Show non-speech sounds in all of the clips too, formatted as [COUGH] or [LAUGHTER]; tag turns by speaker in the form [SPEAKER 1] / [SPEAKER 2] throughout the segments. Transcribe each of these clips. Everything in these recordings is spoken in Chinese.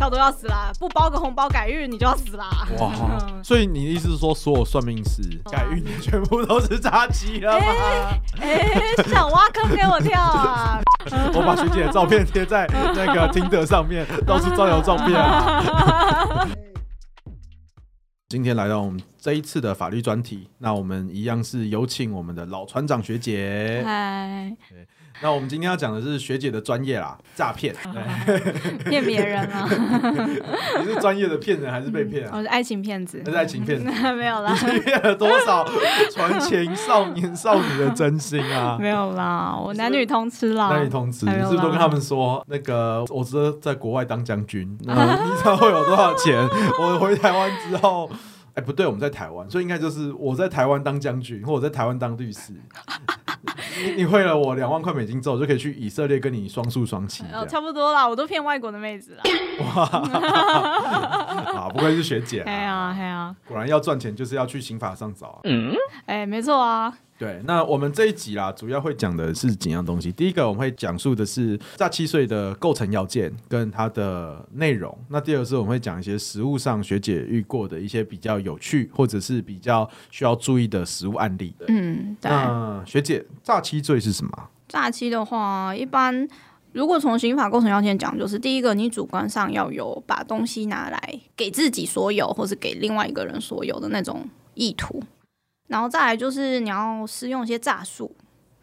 [SPEAKER 1] 票都要死啦，不包个红包改运你就要死啦。
[SPEAKER 2] 哇！所以你的意思是说，所有算命师
[SPEAKER 1] 改
[SPEAKER 2] 运全部都是诈欺了吗？
[SPEAKER 1] 哎、是想挖坑给我跳 [LAUGHS] 啊！
[SPEAKER 2] [LAUGHS] 我把学姐的照片贴在那个听的上面，到处招摇撞骗啊。今天来到我们这一次的法律专题，那我们一样是有请我们的老船长学姐。
[SPEAKER 1] 哎，
[SPEAKER 2] 那我们今天要讲的是学姐的专业啦，诈骗。对
[SPEAKER 1] 骗别人啊！
[SPEAKER 2] 你是专业的骗人还是被骗啊？
[SPEAKER 1] 我是爱情骗子
[SPEAKER 2] 那，是爱情骗人，
[SPEAKER 1] [LAUGHS] 没有啦，
[SPEAKER 2] 骗了多少传情少年少女的真心啊！
[SPEAKER 1] 没有啦，我男女通吃啦
[SPEAKER 2] 那。你通知，你
[SPEAKER 1] 还有
[SPEAKER 2] 是不是都跟他们说，那个我只是在国外当
[SPEAKER 1] [LAUGHS]
[SPEAKER 2] 将军，那你知道会有多少钱？ [LAUGHS] 我回台湾之后。哎，不对，我们在台湾，所以应该就是我在台湾当将军，或我在台湾当律师。 [LAUGHS] 你你汇了我两万块美金之后，我就可以去以色列跟你双宿双栖
[SPEAKER 1] 哦，
[SPEAKER 2] 这样。
[SPEAKER 1] 差不多啦，我都骗外国的妹子啦。
[SPEAKER 2] 啊，不愧是学姐
[SPEAKER 1] 哎
[SPEAKER 2] 啊！
[SPEAKER 1] 呀，哎呀，
[SPEAKER 2] 果然要赚钱就是要去刑法上找啊。
[SPEAKER 1] 哎，没错啊，
[SPEAKER 2] 对，那我们这一集啦，主要会讲的是几样东西。第一个，我们会讲述的是诈欺罪的构成要件跟它的内容。那第二个是，我们会讲一些实务上学姐遇过的一些比较有趣或者是比较需要注意的实务案例。哦
[SPEAKER 1] 嗯，对。
[SPEAKER 2] 那学姐，诈欺罪是什么啊？
[SPEAKER 1] 诈欺的话，一般如果从刑法构成要件讲，就是第一个，你主观上要有把东西拿来给自己所有，或是给另外一个人所有的那种意图。然后再来就是你要施用一些诈术，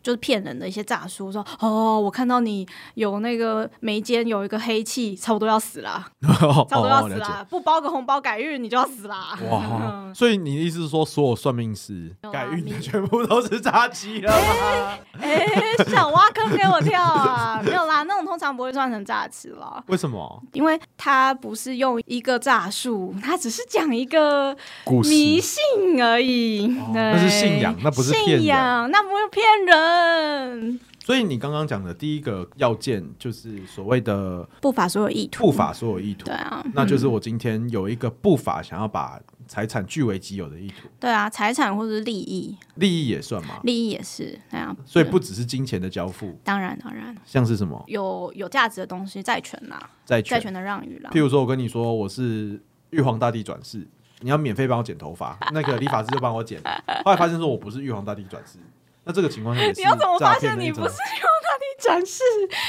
[SPEAKER 1] 就是骗人的一些诈术，说哦，我看到你有那个眉间有一个黑气，差不多要死啦，
[SPEAKER 2] 哦
[SPEAKER 1] 差不多要死
[SPEAKER 2] 了解
[SPEAKER 1] 啦，不包个红包改运你就要死啦。
[SPEAKER 2] 哇，哦所以你的意思是说，所有算命师
[SPEAKER 1] 有啊
[SPEAKER 2] 改运的
[SPEAKER 1] 你
[SPEAKER 2] 全部都是诈欺了
[SPEAKER 1] [LAUGHS]
[SPEAKER 2] 吗？
[SPEAKER 1] [LAUGHS] 哎、是想挖坑给我跳啊？没有啦，那种通常不会算成诈欺啦。
[SPEAKER 2] 为什么？
[SPEAKER 1] 因为他不是用一个诈术， [LAUGHS] 他只是讲一个
[SPEAKER 2] 故事
[SPEAKER 1] 迷信而已。对
[SPEAKER 2] 哦那是信仰那不是骗人
[SPEAKER 1] 信仰，那不是骗人，
[SPEAKER 2] 所以你刚刚讲的第一个要件就是所谓的
[SPEAKER 1] 不法所有意图。
[SPEAKER 2] 不法所有意图
[SPEAKER 1] 对，啊，
[SPEAKER 2] 那就是我今天有一个不法想要把财产据为己有的意图，
[SPEAKER 1] 对啊，财产或者是利益，
[SPEAKER 2] 利益也算嘛。
[SPEAKER 1] 利益也是那样。
[SPEAKER 2] 啊所以不只是金钱的交付，
[SPEAKER 1] 当然当然
[SPEAKER 2] 像是什么
[SPEAKER 1] 有有价值的东西，债权啦，
[SPEAKER 2] 债
[SPEAKER 1] 债
[SPEAKER 2] 权，
[SPEAKER 1] 权的让与啦。
[SPEAKER 2] 譬如说我跟你说我是玉皇大帝转世，你要免费帮我剪头发，那个理发师就帮我剪，后来发现说我不是玉皇大帝转世，那这个情况下也是
[SPEAKER 1] 你要怎么发
[SPEAKER 2] 诈骗
[SPEAKER 1] 现
[SPEAKER 2] 的
[SPEAKER 1] 你
[SPEAKER 2] 一
[SPEAKER 1] 不
[SPEAKER 2] 种
[SPEAKER 1] 是用那里展示，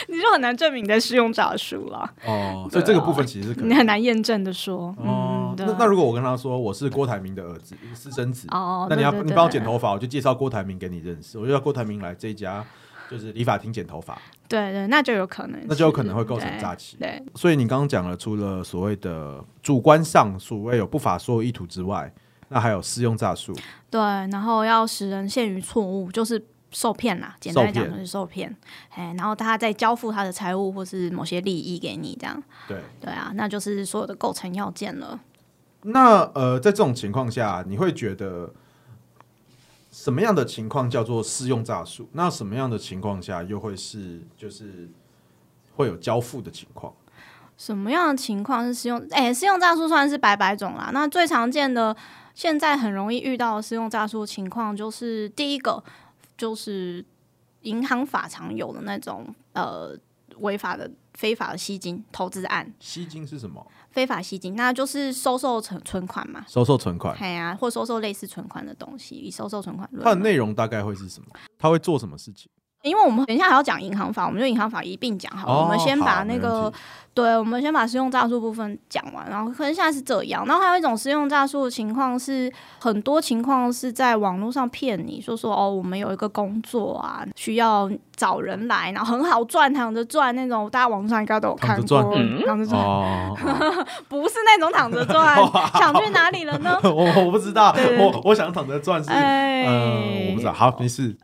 [SPEAKER 1] 你就很难证明你在使用诈术了，
[SPEAKER 2] 哦，所以这个部分其实是可
[SPEAKER 1] 啊你
[SPEAKER 2] 以。
[SPEAKER 1] 很难验证的说。
[SPEAKER 2] 哦
[SPEAKER 1] 嗯，，对
[SPEAKER 2] 那那如果我跟他说我是郭台铭的儿子私生子，
[SPEAKER 1] 哦，
[SPEAKER 2] 那你要
[SPEAKER 1] 对对
[SPEAKER 2] 你
[SPEAKER 1] 对
[SPEAKER 2] 帮我
[SPEAKER 1] 对
[SPEAKER 2] 剪头发，我就介绍郭台铭给你认识，我就叫郭台铭来这一家就是理发厅剪头发，
[SPEAKER 1] 对对，那就有可能是，
[SPEAKER 2] 那就有可能会构成诈欺。
[SPEAKER 1] 对。对，
[SPEAKER 2] 所以你刚刚讲了，除了所谓的主观上所谓有不法所有意图之外，那还有适用诈术。
[SPEAKER 1] 对，然后要使人陷于错误，就是受骗啦。简单来讲就是受骗，哎，然后他再交付他的财物或是某些利益给你，这样，
[SPEAKER 2] 对，
[SPEAKER 1] 对啊，那就是所有的构成要件了。
[SPEAKER 2] 那呃，在这种情况下，你会觉得什么样的情况叫做适用诈术？那什么样的情况下又会是就是会有交付的情况？
[SPEAKER 1] 什么样的情况是适用？哎，适用诈术算是百百种啦。那最常见的，现在很容易遇到的适用诈术情况，就是第一个就是银行法常有的那种呃违法的非法的吸金投资案。
[SPEAKER 2] 吸金是什么？
[SPEAKER 1] 非法吸金，那就是收受存存款嘛，
[SPEAKER 2] 收受存款。哦
[SPEAKER 1] 哎呀、或收受类似存款的东西，以收受存款
[SPEAKER 2] 它的
[SPEAKER 1] 论嘛。
[SPEAKER 2] 内容大概会是什么？它会做什么事情？
[SPEAKER 1] 因为我们等一下还要讲银行法，我们就银行法一并讲好了。
[SPEAKER 2] 哦
[SPEAKER 1] 我们先把
[SPEAKER 2] 好
[SPEAKER 1] 那
[SPEAKER 2] 没问
[SPEAKER 1] 个
[SPEAKER 2] 题，
[SPEAKER 1] 对，我们先把适用诈术部分讲完，然后可能现在是这样。然后还有一种适用诈术的情况是，很多情况是在网络上骗你，说说哦，我们有一个工作啊，需要找人来，然后很好赚，躺着赚那种，大家网络上应该都有
[SPEAKER 2] 躺
[SPEAKER 1] 看
[SPEAKER 2] 着
[SPEAKER 1] 过
[SPEAKER 2] 赚，
[SPEAKER 1] 躺 [LAUGHS] 着赚，
[SPEAKER 2] 哦，
[SPEAKER 1] 不是那种躺着赚，
[SPEAKER 2] [LAUGHS]
[SPEAKER 1] 想去哪里了呢？
[SPEAKER 2] 哦我我不知道，
[SPEAKER 1] 对
[SPEAKER 2] 我我想躺着赚是，
[SPEAKER 1] 哎、
[SPEAKER 2] 嗯，我不知道，好，
[SPEAKER 1] [LAUGHS]
[SPEAKER 2] 没事，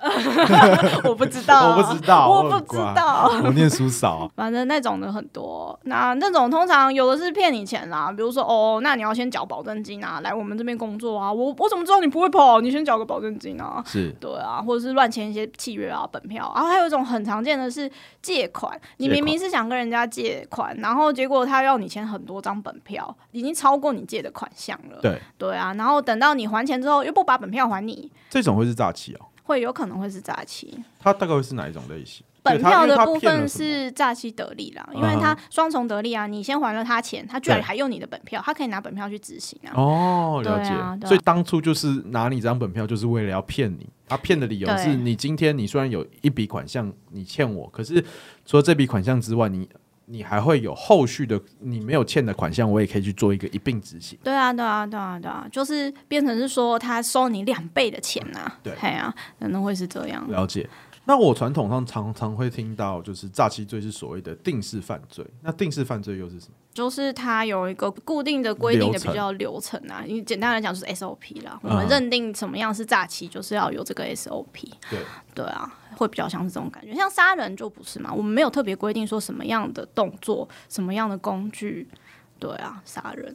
[SPEAKER 1] 我不知道，
[SPEAKER 2] 我不知道，
[SPEAKER 1] 我不
[SPEAKER 2] 很
[SPEAKER 1] 知
[SPEAKER 2] 乖，
[SPEAKER 1] 道。
[SPEAKER 2] 我念书少，啊
[SPEAKER 1] 反正那种的很多，那那种通常有的是骗你钱啦，比如说哦，那你要先缴保证金啊，来我们这边工作啊，我我怎么知道你不会跑？你先缴个保证金啊，
[SPEAKER 2] 是
[SPEAKER 1] 对啊，或者是乱签一些契约啊、本票啊，然后还有一种很常见的是借款，你
[SPEAKER 2] 借款
[SPEAKER 1] 明明是想跟人家借款，然后结果他要你签很多张本票，已经超过你借的款项了，
[SPEAKER 2] 对，
[SPEAKER 1] 对啊，然后等到你还钱之后又不把本票还你，
[SPEAKER 2] 这种会是诈欺哦，
[SPEAKER 1] 会有可能会是诈欺，
[SPEAKER 2] 它大概会是哪一种类型？
[SPEAKER 1] 本
[SPEAKER 2] 他
[SPEAKER 1] 票
[SPEAKER 2] 因为
[SPEAKER 1] 的
[SPEAKER 2] 他
[SPEAKER 1] 部
[SPEAKER 2] 骗了
[SPEAKER 1] 分
[SPEAKER 2] 什么
[SPEAKER 1] 是诈欺得利啦，因为
[SPEAKER 2] 嗯
[SPEAKER 1] 他双重得利啊，你先还了他钱，他居然
[SPEAKER 2] 对
[SPEAKER 1] 还用你的本票，他可以拿本票去执行啊。
[SPEAKER 2] 哦，了
[SPEAKER 1] 对
[SPEAKER 2] 解。
[SPEAKER 1] 啊对啊
[SPEAKER 2] 所以当初就是拿你这张本票，就是为了要骗你。他、骗的理由
[SPEAKER 1] 对
[SPEAKER 2] 是你今天你虽然有一笔款项你欠我，可是除了这笔款项之外，你你还会有后续的你没有欠的款项，我也可以去做一个一并执行。
[SPEAKER 1] 对啊，对啊，对啊，对啊，就是变成是说他收你两倍的钱呐、啊。
[SPEAKER 2] 对
[SPEAKER 1] 嘿啊，可能会是这样。
[SPEAKER 2] 了解。那我传统上常常会听到，就是诈欺罪是所谓的定式犯罪。那定式犯罪又是什么？
[SPEAKER 1] 就是它有一个固定的规定
[SPEAKER 2] 流
[SPEAKER 1] 的
[SPEAKER 2] 程
[SPEAKER 1] 比较流程啊，你简单来讲就是 SOP 啦。
[SPEAKER 2] 嗯
[SPEAKER 1] 我们认定什么样是诈欺，就是要有这个 SOP。
[SPEAKER 2] 对，
[SPEAKER 1] 对啊，会比较像是这种感觉。像杀人就不是嘛，我们没有特别规定说什么样的动作、什么样的工具。对啊，杀人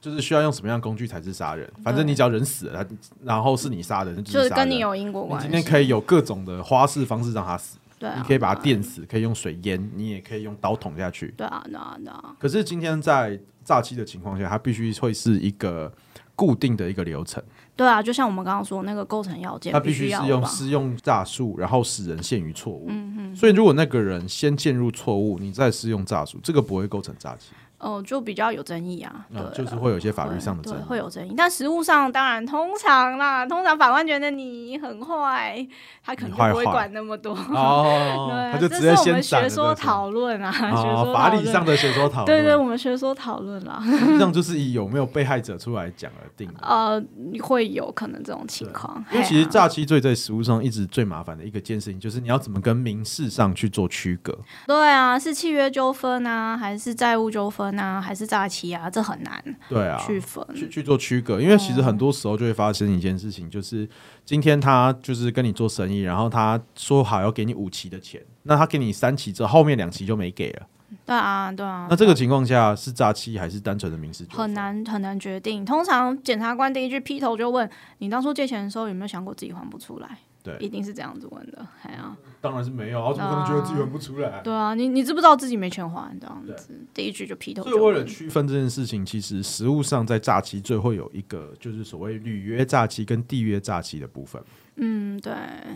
[SPEAKER 2] 就是需要用什么样的工具才是杀人？反正你只要人死了，他然后是你杀的，那
[SPEAKER 1] 就
[SPEAKER 2] 就是是杀
[SPEAKER 1] 跟
[SPEAKER 2] 人
[SPEAKER 1] 你。有因果
[SPEAKER 2] 你
[SPEAKER 1] 关
[SPEAKER 2] 今
[SPEAKER 1] 系。
[SPEAKER 2] 天可以有各种的花式方式让他死，
[SPEAKER 1] 对啊，
[SPEAKER 2] 你可以把它电死，可以用水淹，你也可以用刀捅下去。
[SPEAKER 1] 对啊，对啊，对啊，
[SPEAKER 2] 可是今天在诈欺的情况下，它必须会是一个固定的一个流程，
[SPEAKER 1] 对啊，就像我们刚刚说那个构成要件，
[SPEAKER 2] 它必
[SPEAKER 1] 必
[SPEAKER 2] 须
[SPEAKER 1] 须
[SPEAKER 2] 是
[SPEAKER 1] 要
[SPEAKER 2] 用
[SPEAKER 1] 吧？嗯
[SPEAKER 2] 是用诈术，然后使人陷于错误。所以如果那个人先陷入错误，你再施用诈术，这个不会构成诈欺，
[SPEAKER 1] 哦，就比较有争议啊。对
[SPEAKER 2] 啊
[SPEAKER 1] 啊，
[SPEAKER 2] 就是会有一些法律上的
[SPEAKER 1] 对啊
[SPEAKER 2] 争
[SPEAKER 1] 对
[SPEAKER 2] 议。
[SPEAKER 1] 会有争议。但实物上，当然通常啦，通常法官觉得你很坏，他可能
[SPEAKER 2] 你坏
[SPEAKER 1] 就不会
[SPEAKER 2] 坏
[SPEAKER 1] 管那么多。对
[SPEAKER 2] 哦
[SPEAKER 1] 啊，
[SPEAKER 2] 他就
[SPEAKER 1] 这
[SPEAKER 2] 直
[SPEAKER 1] 是
[SPEAKER 2] 接
[SPEAKER 1] 我
[SPEAKER 2] 先
[SPEAKER 1] 们
[SPEAKER 2] 斩
[SPEAKER 1] 学
[SPEAKER 2] 了
[SPEAKER 1] 说
[SPEAKER 2] 这样
[SPEAKER 1] 讨论啊，学
[SPEAKER 2] 哦
[SPEAKER 1] 说
[SPEAKER 2] 法
[SPEAKER 1] 讨
[SPEAKER 2] 理
[SPEAKER 1] 论
[SPEAKER 2] 上的学说讨
[SPEAKER 1] 对
[SPEAKER 2] 论，
[SPEAKER 1] 对，我们学说讨论
[SPEAKER 2] [LAUGHS]
[SPEAKER 1] 啦，
[SPEAKER 2] 实际上就是以有没有被害者出来讲而定的。
[SPEAKER 1] 呃，会有可能这种情况，
[SPEAKER 2] 因为
[SPEAKER 1] 嘿
[SPEAKER 2] 其实
[SPEAKER 1] 啊
[SPEAKER 2] 诈欺罪在实务上一直最麻烦的一个件事情，就是你要怎么跟民事上去做区隔。
[SPEAKER 1] 对啊，是契约纠纷啊，还是债务纠纷啊，还是诈欺啊，这很难
[SPEAKER 2] 对啊，
[SPEAKER 1] 去分。
[SPEAKER 2] 去去做区隔，因为其实很多时候就会发生一件事情，就是今天他就是跟你做生意，然后他说好要给你五期的钱，那他给你三期之后，后面两期就没给了。
[SPEAKER 1] 对啊，对啊，
[SPEAKER 2] 那这个情况下是诈欺还是单纯的民事纠纷？
[SPEAKER 1] 很。难很难决定。通常检察官第一句劈头就问你当初借钱的时候有没有想过自己还不出来？
[SPEAKER 2] 对
[SPEAKER 1] 一定是这样子问的。哎呀、
[SPEAKER 2] 当然是没有，我啊怎么可能觉得自己还不出来？
[SPEAKER 1] 对啊，你你知不知道自己没钱还？这样子，第一句就劈头
[SPEAKER 2] 所以
[SPEAKER 1] 就
[SPEAKER 2] 为了
[SPEAKER 1] 问。
[SPEAKER 2] 区分这件事情，其实实务上在诈欺罪会有一个就是所谓履约诈欺跟缔约诈欺的部分。
[SPEAKER 1] 嗯，对，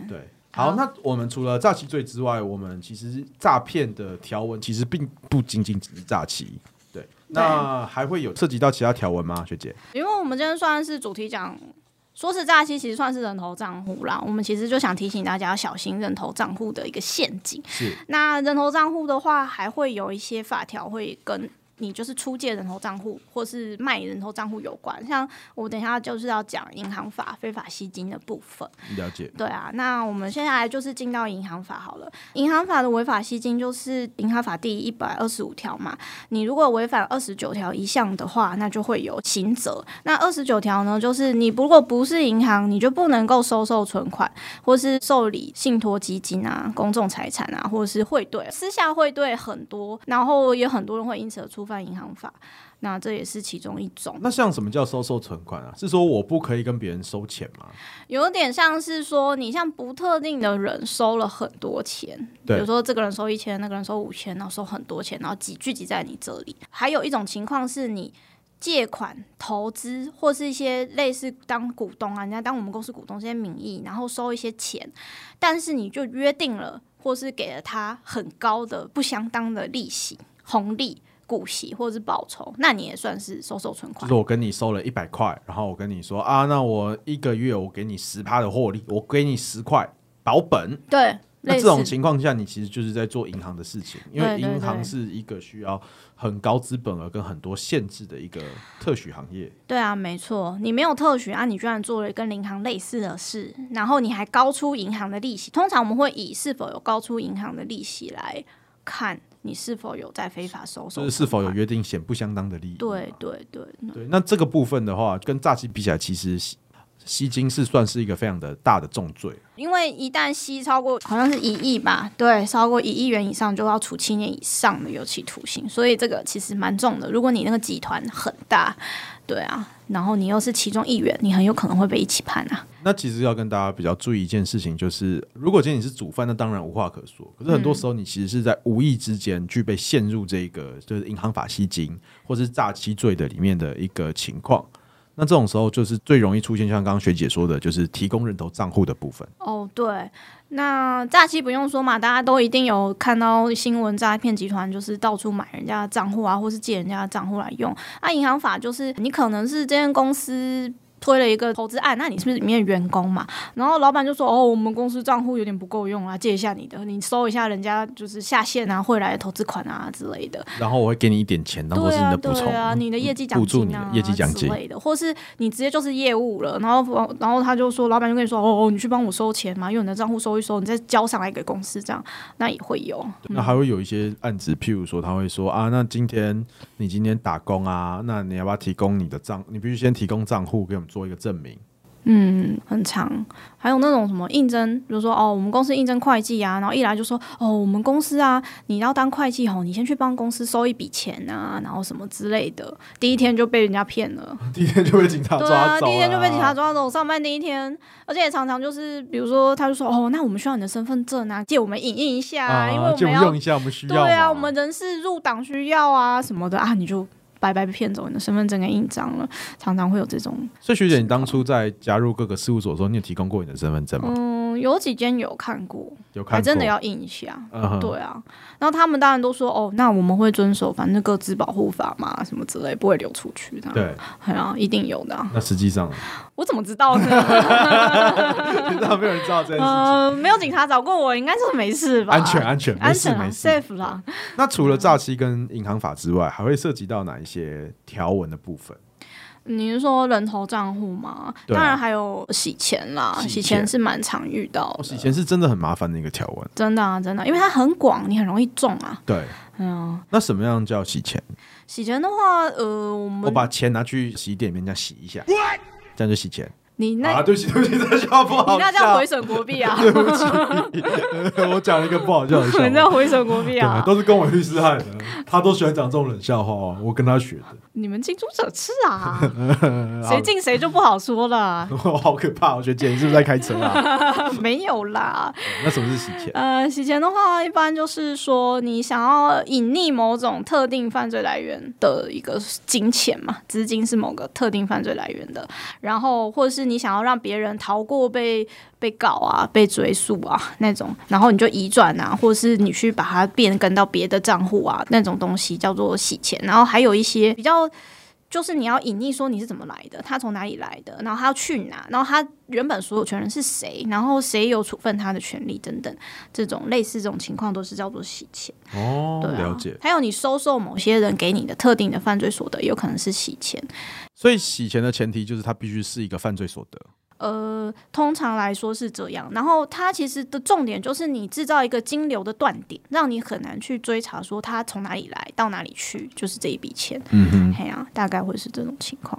[SPEAKER 2] 对，好，
[SPEAKER 1] 好
[SPEAKER 2] 那我们除了诈欺罪之外，我们其实诈骗的条文其实并不仅仅只是诈欺。对，那还会有涉及到其他条文吗，学姐？
[SPEAKER 1] 因为我们今天算是主题讲。说是诈欺，其实算是人头账户啦。我们其实就想提醒大家要小心人头账户的一个陷阱。
[SPEAKER 2] 是
[SPEAKER 1] 那人头账户的话，还会有一些法条会跟你就是出借人头账户或是卖人头账户有关。像我等一下就是要讲银行法非法吸金的部分。
[SPEAKER 2] 了解。
[SPEAKER 1] 对啊，那我们接下来就是进到银行法好了。银行法的违法吸金就是银行法第一百二十五条嘛，你如果违反二十九条一项的话，那就会有刑责。那二十九条呢，就是你如果不是银行，你就不能够收受存款，或是受理信托基金啊、公众财产啊，或者是汇兑。私下汇兑很多，然后也很多人会因此而触犯银行法，那这也是其中一种。
[SPEAKER 2] 那像什么叫收受存款啊？是说我不可以跟别人收钱吗？
[SPEAKER 1] 有点像是说，你像不特定的人收了很多钱，比
[SPEAKER 2] 对
[SPEAKER 1] 如说这个人收一千，那个人收五千，然后收很多钱，然后集聚集在你这里。还有一种情况是你借款、投资或是一些类似当股东啊，人家当我们公司股东这些名义，然后收一些钱，但是你就约定了，或是给了他很高的不相当的利息、红利、股息或者是报酬，那你也算是收受存
[SPEAKER 2] 就
[SPEAKER 1] 款
[SPEAKER 2] 是。我跟你收了一百块，然后我跟你说啊，那我一个月我给你十趴的获利，我给你十块保本。
[SPEAKER 1] 对，
[SPEAKER 2] 那
[SPEAKER 1] 类
[SPEAKER 2] 这种
[SPEAKER 1] 似。
[SPEAKER 2] 情况下，你其实就是在做银行的事情，因为
[SPEAKER 1] 对对
[SPEAKER 2] 银行
[SPEAKER 1] 对
[SPEAKER 2] 是一个需要很高资本额跟很多限制的一个特许行业。
[SPEAKER 1] 对啊，没错，你没有特许啊，你居然做了跟银行类似的事，然后你还高出银行的利息。通常我们会以是否有高出银行的利息来看你是否有在非法收受
[SPEAKER 2] 就
[SPEAKER 1] 存款，
[SPEAKER 2] 是是否有约定显不相当的利益嘛。
[SPEAKER 1] 对对对，嗯
[SPEAKER 2] 对，那这个部分的话，跟诈欺比起来，其实吸吸金是算是一个非常的大的重罪。
[SPEAKER 1] 因为一旦吸超过好像是一亿吧，对，超过一亿元以上就要处七年以上的有期徒刑，所以这个其实蛮重的。如果你那个集团很大，对啊，然后你又是其中一员，你很有可能会被一起判啊。
[SPEAKER 2] 那其实要跟大家比较注意一件事情，就是如果今天你是主犯，那当然无话可说。可是很
[SPEAKER 1] 嗯
[SPEAKER 2] 多时候，你其实是在无意之间具备陷入这个就是银行法吸金或是诈欺罪的里面的一个情况。那这种时候就是最容易出现，像刚刚学姐说的，就是提供人头账户的部分。
[SPEAKER 1] 哦，对，那诈欺不用说嘛，大家都一定有看到新闻，诈骗集团就是到处买人家的账户啊，或是借人家的账户来用。那、银行法就是你可能是这间公司。推了一个投资案，那你是不是里面的员工嘛？然后老板就说：“哦，我们公司账户有点不够用啊，借一下你的，你收一下人家就是下线啊汇来的投资款啊之类的。”
[SPEAKER 2] 然后我会给你一点钱当做是
[SPEAKER 1] 对
[SPEAKER 2] 你
[SPEAKER 1] 啊，
[SPEAKER 2] 的补
[SPEAKER 1] 对
[SPEAKER 2] 充。嗯
[SPEAKER 1] 啊，你的业绩奖
[SPEAKER 2] 补助
[SPEAKER 1] 金
[SPEAKER 2] 你的
[SPEAKER 1] 啊，
[SPEAKER 2] 业绩奖金
[SPEAKER 1] 之类的，或是你直接就是业务了，然后然后他就说，老板就跟你说，哦哦，你去帮我收钱嘛，用你的账户收一收，你再交上来给公司，这样那也会有。
[SPEAKER 2] 那还会有一些案子，譬如说他会说啊，那今天你今天打工啊，那你要不要提供你的账？你必须先提供账户给我们做一个证明。
[SPEAKER 1] 嗯，很长，还有那种什么应征，比如说哦，我们公司应征会计啊，然后一来就说哦，我们公司啊，你要当会计吼，你先去帮公司收一笔钱啊，然后什么之类的，第一天就被人家骗了。
[SPEAKER 2] [LAUGHS] 第一天就被警察抓走、
[SPEAKER 1] 对啊，第一天就被警察
[SPEAKER 2] 抓。
[SPEAKER 1] 抓走，上班第一天，而且也常常就是，比如说，他就说，哦，那我们需要你的身份证啊，借我们影印一下啊，
[SPEAKER 2] 啊，
[SPEAKER 1] 因为我
[SPEAKER 2] 借
[SPEAKER 1] 们
[SPEAKER 2] 我们用
[SPEAKER 1] 要，
[SPEAKER 2] 一下，我们需要嘛。
[SPEAKER 1] 对啊，我们人事入党需要啊什么的啊，你就白白被骗走你的身份证跟印章了，常常会有这种，
[SPEAKER 2] 所以学姐，你当初在加入各个事务所的时候，你有提供过你的身份证吗？
[SPEAKER 1] 嗯，有几间有看过，
[SPEAKER 2] 有看
[SPEAKER 1] 还
[SPEAKER 2] 过？
[SPEAKER 1] 真的要印一下。
[SPEAKER 2] 嗯哼
[SPEAKER 1] 对啊，然后他们当然都说哦，那我们会遵守反正各自保护法嘛，什么之类，不会流出去的。，
[SPEAKER 2] 对。
[SPEAKER 1] 哎呀，一定有的啊、
[SPEAKER 2] 那实际 [LAUGHS] 上呢，
[SPEAKER 1] 我怎么知道呢？
[SPEAKER 2] 实际上没有人知道这件事情。
[SPEAKER 1] 呃，没有警察找过我，应该是没事吧？
[SPEAKER 2] [LAUGHS] 安全，安全，啊
[SPEAKER 1] 安
[SPEAKER 2] 没事，
[SPEAKER 1] 全啦啊
[SPEAKER 2] 没事。
[SPEAKER 1] ，safe 啦。
[SPEAKER 2] 那除了诈欺跟银行法之外，还会涉及到哪一些条文的部分？
[SPEAKER 1] 你是说人头账户吗？
[SPEAKER 2] 对啊
[SPEAKER 1] 当然还有洗钱啦，
[SPEAKER 2] 洗钱
[SPEAKER 1] 洗钱是蛮常遇到
[SPEAKER 2] 哦
[SPEAKER 1] 的。
[SPEAKER 2] 以前是真的很麻烦的一个条文。
[SPEAKER 1] 真的啊，真的，因为它很广，你很容易中啊。
[SPEAKER 2] 对，
[SPEAKER 1] 哎呀，
[SPEAKER 2] 那什么样叫洗钱？
[SPEAKER 1] 洗钱的话，呃，我
[SPEAKER 2] 我
[SPEAKER 1] 们
[SPEAKER 2] 把钱拿去洗衣店里面这样洗一下，这样就洗钱。
[SPEAKER 1] 你那、
[SPEAKER 2] 啊，对不起，对不起，这笑不
[SPEAKER 1] 你
[SPEAKER 2] 好
[SPEAKER 1] 那叫
[SPEAKER 2] 笑
[SPEAKER 1] 回。损国币啊，
[SPEAKER 2] 我讲了一个不好笑的笑
[SPEAKER 1] [LAUGHS] 你
[SPEAKER 2] 话
[SPEAKER 1] 那。回损国币
[SPEAKER 2] 对，
[SPEAKER 1] 啊，
[SPEAKER 2] 都是跟我律师害的，他都喜欢讲这种冷笑话哦，我跟他学的， [LAUGHS]
[SPEAKER 1] 你们近朱者赤啊，谁进谁就不好说了，
[SPEAKER 2] 我好可怕！我学姐，你是不是在开车啊？
[SPEAKER 1] [LAUGHS] 没有啦。
[SPEAKER 2] 那什么是洗钱？
[SPEAKER 1] 呃，洗钱的话，一般就是说你想要隐匿某种特定犯罪来源的一个金钱嘛，资金是某个特定犯罪来源的，然后或者是你想要让别人逃过被被告啊、被追诉啊那种，然后你就移转啊，或者是你去把它变更到别的账户啊那种东西叫做洗钱，然后还有一些比较。就是你要隐匿说你是怎么来的，他从哪里来的，然后他要去哪，然后他原本所有权人是谁，然后谁有处分他的权利等等。这种类似这种情况都是叫做洗钱，
[SPEAKER 2] 哦
[SPEAKER 1] 对、啊，
[SPEAKER 2] 了解。。
[SPEAKER 1] 还有你收受某些人给你的特定的犯罪所得，也有可能是洗钱。
[SPEAKER 2] 所以洗钱的前提就是他必须是一个犯罪所得。
[SPEAKER 1] 呃，通常来说是这样。然后它其实的重点就是你制造一个金流的断点，让你很难去追查说它从哪里来到哪里去，就是这一笔钱。
[SPEAKER 2] 嗯哼。
[SPEAKER 1] 哎呀、大概会是这种情况。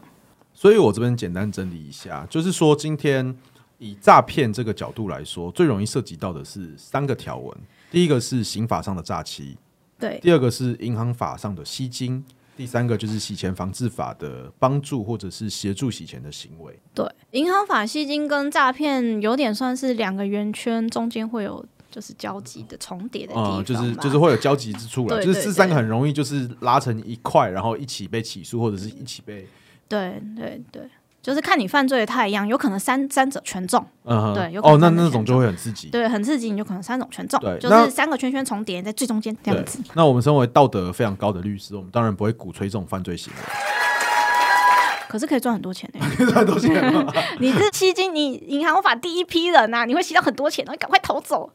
[SPEAKER 2] 所以我这边简单整理一下，就是说今天以诈骗这个角度来说，最容易涉及到的是三个条文，第一个是刑法上的诈欺，
[SPEAKER 1] 对，
[SPEAKER 2] 第二个是银行法上的吸金，第三个就是洗钱防治法的帮助或者是协助洗钱的行为。
[SPEAKER 1] 对，银行法吸金跟诈骗有点算是两个圆圈中间会有就是交集的重叠的地方、
[SPEAKER 2] 嗯，就是就是。会有交集
[SPEAKER 1] [LAUGHS]
[SPEAKER 2] 之处了，
[SPEAKER 1] 对
[SPEAKER 2] 就是
[SPEAKER 1] 对
[SPEAKER 2] 这三个很容易就是拉成一块，然后一起被起诉或者是一起被
[SPEAKER 1] 对对对，就是看你犯罪的太一样，有可能三三者全中，
[SPEAKER 2] 嗯哼
[SPEAKER 1] 对有可能
[SPEAKER 2] 哦，那
[SPEAKER 1] 三个
[SPEAKER 2] 那
[SPEAKER 1] 选
[SPEAKER 2] 种就会很刺激。
[SPEAKER 1] 对，很刺激，你就可能三种全中
[SPEAKER 2] 对，
[SPEAKER 1] 就
[SPEAKER 2] 那
[SPEAKER 1] 是三个圈圈重叠在最中间这样子。
[SPEAKER 2] 那我们身为道德非常高的律师，我们当然不会鼓吹这种犯罪行为。
[SPEAKER 1] 可是可以赚很多钱呢、
[SPEAKER 2] 这都是
[SPEAKER 1] 你是吸金，你银行法第一批人呐、你会吸到很多钱，然后赶快逃走，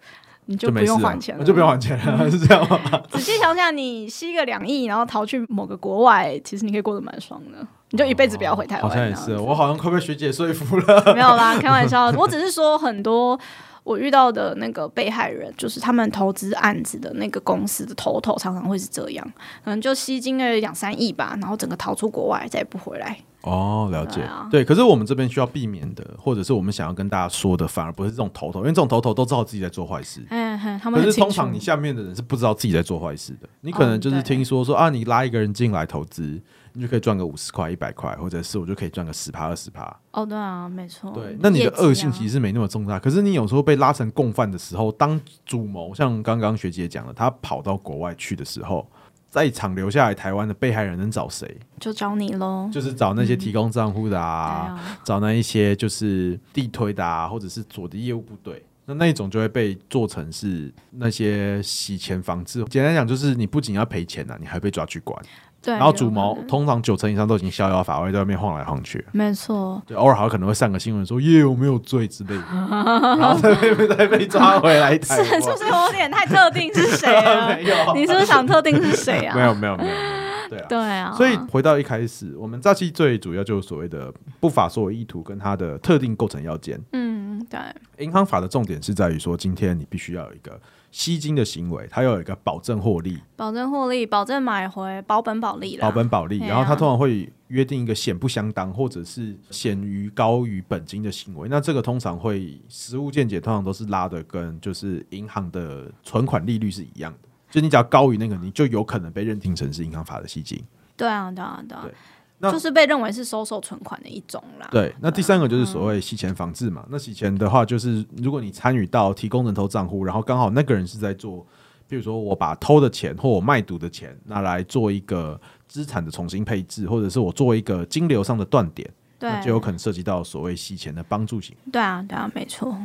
[SPEAKER 1] 你就不
[SPEAKER 2] 没事
[SPEAKER 1] 用
[SPEAKER 2] 了
[SPEAKER 1] 还钱了，
[SPEAKER 2] 就不用还钱了，是这样吗？
[SPEAKER 1] 仔细想想，你吸个两亿，然后逃去某个国外，其实你可以过得蛮爽的，你就一辈子不要回 [LAUGHS] 台湾。啊
[SPEAKER 2] 好像也
[SPEAKER 1] 这
[SPEAKER 2] 是，哦
[SPEAKER 1] 样子
[SPEAKER 2] 我好像快被学姐说服了。 [LAUGHS]
[SPEAKER 1] 没有啦，开玩笑，我只是说很多。我遇到的那个被害人，就是他们投资案子的那个公司的头头，常常会是这样，可能就吸金了两三亿吧，然后整个逃出国外，再也不回来。
[SPEAKER 2] 哦，了解
[SPEAKER 1] 对啊。
[SPEAKER 2] 对，可是我们这边需要避免的，或者是我们想要跟大家说的，反而不是这种头头，因为这种头头都知道自己在做坏事。
[SPEAKER 1] 嗯，哼他们
[SPEAKER 2] 可
[SPEAKER 1] 很
[SPEAKER 2] 是
[SPEAKER 1] 清
[SPEAKER 2] 通
[SPEAKER 1] 楚
[SPEAKER 2] 常你下面的人是不知道自己在做坏事的，你可
[SPEAKER 1] 哦
[SPEAKER 2] 能就是
[SPEAKER 1] 对
[SPEAKER 2] 听说说啊，你拉一个人进来投资，你就可以赚个五十块、一百块，或者是我就可以赚个十趴、二十趴。
[SPEAKER 1] 哦，对啊，没错。
[SPEAKER 2] 对，那你的恶性其
[SPEAKER 1] 实
[SPEAKER 2] 实没那么重大，
[SPEAKER 1] 啊
[SPEAKER 2] 可是你有时候被拉成共犯的时候，当主谋像刚刚学姐讲的，他跑到国外去的时候，在场留下来台湾的被害人能找谁？
[SPEAKER 1] 啊就找你喽。
[SPEAKER 2] 就是找那些提供账户的啊，
[SPEAKER 1] 对啊
[SPEAKER 2] 找那一些就是地推的啊，或者是左的业务部队。那那一种就会被做成是那些洗钱防治，简单讲就是你不仅要赔钱呐、啊你还被抓去关，
[SPEAKER 1] 对，
[SPEAKER 2] 然后
[SPEAKER 1] 有
[SPEAKER 2] 主
[SPEAKER 1] 可
[SPEAKER 2] 谋
[SPEAKER 1] 能
[SPEAKER 2] 通常九成以上都已经逍遥法外，在外面晃来晃去。
[SPEAKER 1] 没错，
[SPEAKER 2] 对，偶尔还可能会上个新闻说耶我没有罪之
[SPEAKER 1] [LAUGHS]
[SPEAKER 2] 类的，然后再被再被抓回来台
[SPEAKER 1] 是 [LAUGHS]
[SPEAKER 2] 湾。
[SPEAKER 1] 是不是有点太特定是谁了？
[SPEAKER 2] 哎 [LAUGHS] 没有，
[SPEAKER 1] 你是不是想特定是谁啊？
[SPEAKER 2] 没有没有没有，没有对啊。
[SPEAKER 1] 对啊，
[SPEAKER 2] 所以回到一开始，我们诈欺罪主要就是所谓的不法所有意图跟它的特定构成要件。
[SPEAKER 1] 嗯，对，
[SPEAKER 2] 银行法的重点是在于说，今天你必须要有一个吸金的行为，它要有一个保证获利、
[SPEAKER 1] 保证获利，保证买回，保本保利啦。
[SPEAKER 2] 保本保利，
[SPEAKER 1] 对啊
[SPEAKER 2] 然后它通常会约定一个显不相当或者是显于高于本金的行为。那这个通常会实物见解，通常都是拉的跟就是银行的存款利率是一样的，就你只要高于那个，你就有可能被认定成是银行法的吸金。
[SPEAKER 1] 对啊，对啊，对啊
[SPEAKER 2] 对，那
[SPEAKER 1] 就是被认为是收受存款的一种啦。
[SPEAKER 2] 对，那第三个就是所谓洗钱防治
[SPEAKER 1] 嗯
[SPEAKER 2] 嘛。那洗钱的话，就是如果你参与到提供人头账户，然后刚好那个人是在做，比如说我把偷的钱或我卖毒的钱拿来做一个资产的重新配置，或者是我做一个金流上的断点，那
[SPEAKER 1] 对，
[SPEAKER 2] 就有可能涉及到所谓洗钱的帮助型。
[SPEAKER 1] 对啊，对啊，没错。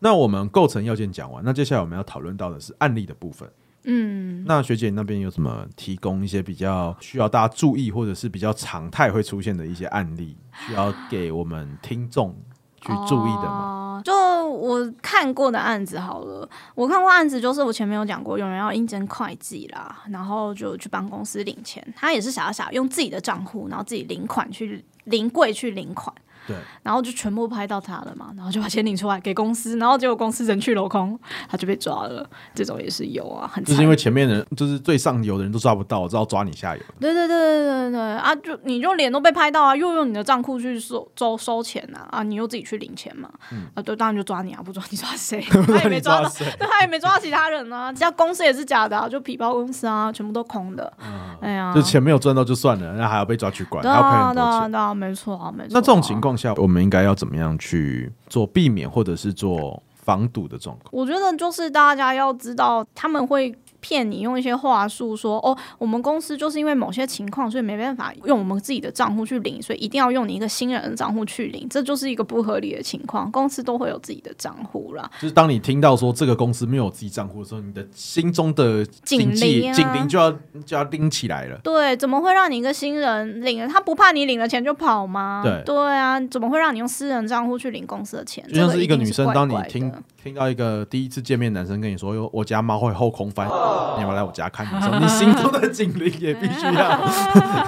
[SPEAKER 2] 那我们构成要件讲完，那接下来我们要讨论到的是案例的部分。
[SPEAKER 1] 嗯，
[SPEAKER 2] 那学姐你那边有什么提供一些比较需要大家注意，或者是比较常态会出现的一些案例，需要给我们听众去注意的吗？
[SPEAKER 1] 哦就我看过的案子好了，我看过案子就是我前面有讲过，有人要应征会计啦，然后就去帮公司领钱，他也是傻傻用自己的账户，然后自己领款去临柜去领款。
[SPEAKER 2] 对，
[SPEAKER 1] 然后就全部拍到他了嘛，然后就把钱领出来给公司，然后结果公司人去楼空，他就被抓了。这种也是有啊，很
[SPEAKER 2] 就
[SPEAKER 1] 惨。
[SPEAKER 2] 是因为前面的人，就是最上游的人都抓不到，我知道抓你
[SPEAKER 1] [LAUGHS]
[SPEAKER 2] 下游。
[SPEAKER 1] 对对对对对对啊，就你就脸都被拍到啊，又用你的账户去收收收钱呐、啊，啊，你又自己去领钱嘛，
[SPEAKER 2] 嗯
[SPEAKER 1] 啊，对，当然就抓你啊，不抓你抓
[SPEAKER 2] [LAUGHS]
[SPEAKER 1] 谁？他哎也没抓到，
[SPEAKER 2] 谁？
[SPEAKER 1] [LAUGHS] 对，他也没抓到其他人啊，这家公司也是假的、啊，就皮包公司啊，全部都空的。哎呀，
[SPEAKER 2] 嗯就钱没有赚到就算了，那还要被抓去关，还
[SPEAKER 1] 对
[SPEAKER 2] 要赔
[SPEAKER 1] 啊
[SPEAKER 2] 很
[SPEAKER 1] 对
[SPEAKER 2] 多
[SPEAKER 1] 啊
[SPEAKER 2] 钱。
[SPEAKER 1] 对啊，没错啊没错啊、
[SPEAKER 2] 那这种情况下，我们应该要怎么样去做避免，或者是做防堵的状况？
[SPEAKER 1] 我觉得就是大家要知道，他们会骗你用一些话术说，哦，我们公司就是因为某些情况，所以没办法用我们自己的账户去领，所以一定要用你一个新人的账户去领，这就是一个不合理的情况。公司都会有自己的账户啦，
[SPEAKER 2] 就是当你听到说这个公司没有自己账户的时候，你的心中的
[SPEAKER 1] 警
[SPEAKER 2] 警惕
[SPEAKER 1] 铃啊
[SPEAKER 2] 警铃就要就要拎起来了。
[SPEAKER 1] 对，怎么会让你一个新人领了？他不怕你领了钱就跑吗？
[SPEAKER 2] 对
[SPEAKER 1] 啊，怎么会让你用私人账户去领公司的钱？
[SPEAKER 2] 就像
[SPEAKER 1] 这
[SPEAKER 2] 是一
[SPEAKER 1] 个
[SPEAKER 2] 个
[SPEAKER 1] 一定是
[SPEAKER 2] 女生，
[SPEAKER 1] 怪
[SPEAKER 2] 当你
[SPEAKER 1] 怪的
[SPEAKER 2] 听听到一个第一次见面的男生跟你说哟“我家猫会后空翻”，
[SPEAKER 1] 哦
[SPEAKER 2] 你要不要来我家看的时候，你心中的警铃也必须
[SPEAKER 1] [LAUGHS] [LAUGHS]
[SPEAKER 2] 要。哦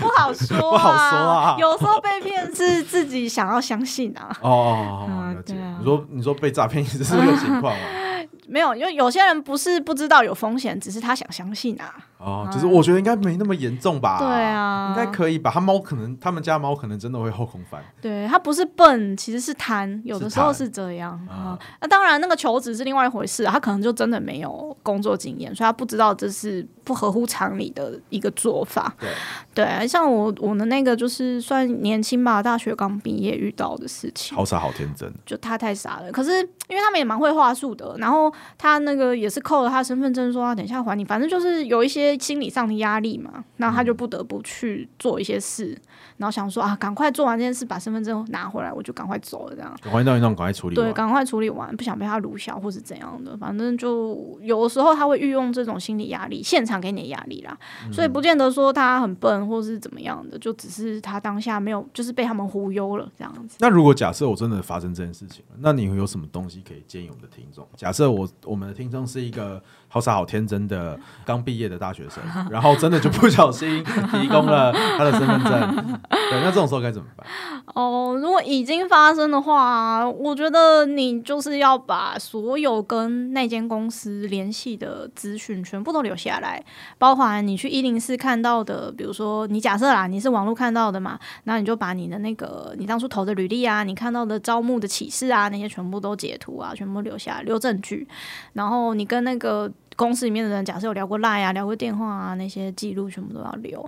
[SPEAKER 1] 不好说、啊，
[SPEAKER 2] [LAUGHS] 不好说啊
[SPEAKER 1] 有时候被骗是自己想要相信啊。
[SPEAKER 2] 哦哦，哦
[SPEAKER 1] 啊
[SPEAKER 2] 了解。
[SPEAKER 1] 对啊
[SPEAKER 2] 你说你说被诈骗也是这个情
[SPEAKER 1] [LAUGHS]
[SPEAKER 2] 况吗？
[SPEAKER 1] 没有，因为有些人不是不知道有风险，只是他想相信啊。
[SPEAKER 2] 哦，只是我觉得应该没那么严重吧？
[SPEAKER 1] 对，啊，
[SPEAKER 2] 应该可以吧？他猫可能他们家猫可能真的会后空
[SPEAKER 1] [LAUGHS]
[SPEAKER 2] 翻，
[SPEAKER 1] 对他不是笨，其实是贪，有的时候是这样
[SPEAKER 2] 啊
[SPEAKER 1] 啊。那、当然，那个求职是另外一回事，他可能就真的没有工作经验，所以他不知道这是不合乎常理的一个做法。
[SPEAKER 2] 对，
[SPEAKER 1] 对，像我我的那个就是算年轻吧，大学刚毕业遇到的事情。
[SPEAKER 2] 好傻好天真。
[SPEAKER 1] 就他太傻了。可是因为他们也蛮会话术的，然后他那个也是扣了他身份证说啊，等一下还你，反正就是有一些心理上的压力嘛，然后他就不得不去做一些事，然后想说啊，赶快做完这件事，把身份证拿回来，我就赶快走了这样。
[SPEAKER 2] 赶快弄一弄，赶快处理
[SPEAKER 1] 对，
[SPEAKER 2] 完。
[SPEAKER 1] 赶快处理完，不想被他撸小或是怎样的，反正就有时候他会运用这种心理压力，现场给你的压力啦，所以不见得说他很笨或是怎么样的，就只是他当下没有，就是被他们忽悠了这样子。
[SPEAKER 2] 那如果假设我真的发生这件事情了，那你有什么东西可以建议我们的听众？假设我我们的听众是一个好傻好天真的刚毕业的大学生，然后真的就不小心提供了他的身份证，对，那这种时候该怎么办？
[SPEAKER 1] 哦，如果已经发生的话，啊我觉得你就是要把所有跟那间公司联系的资讯全部都留下来，包含你去一零四看到的，比如说你假设啦，你是网络看到的嘛，那你就把你的那个你当初投的履历啊，你看到的招募的启事啊，那些全部都截图啊，全部留下来留证据，然后你跟那个。公司里面的人，假设有聊过赖啊、聊过电话啊，那些记录全部都要留。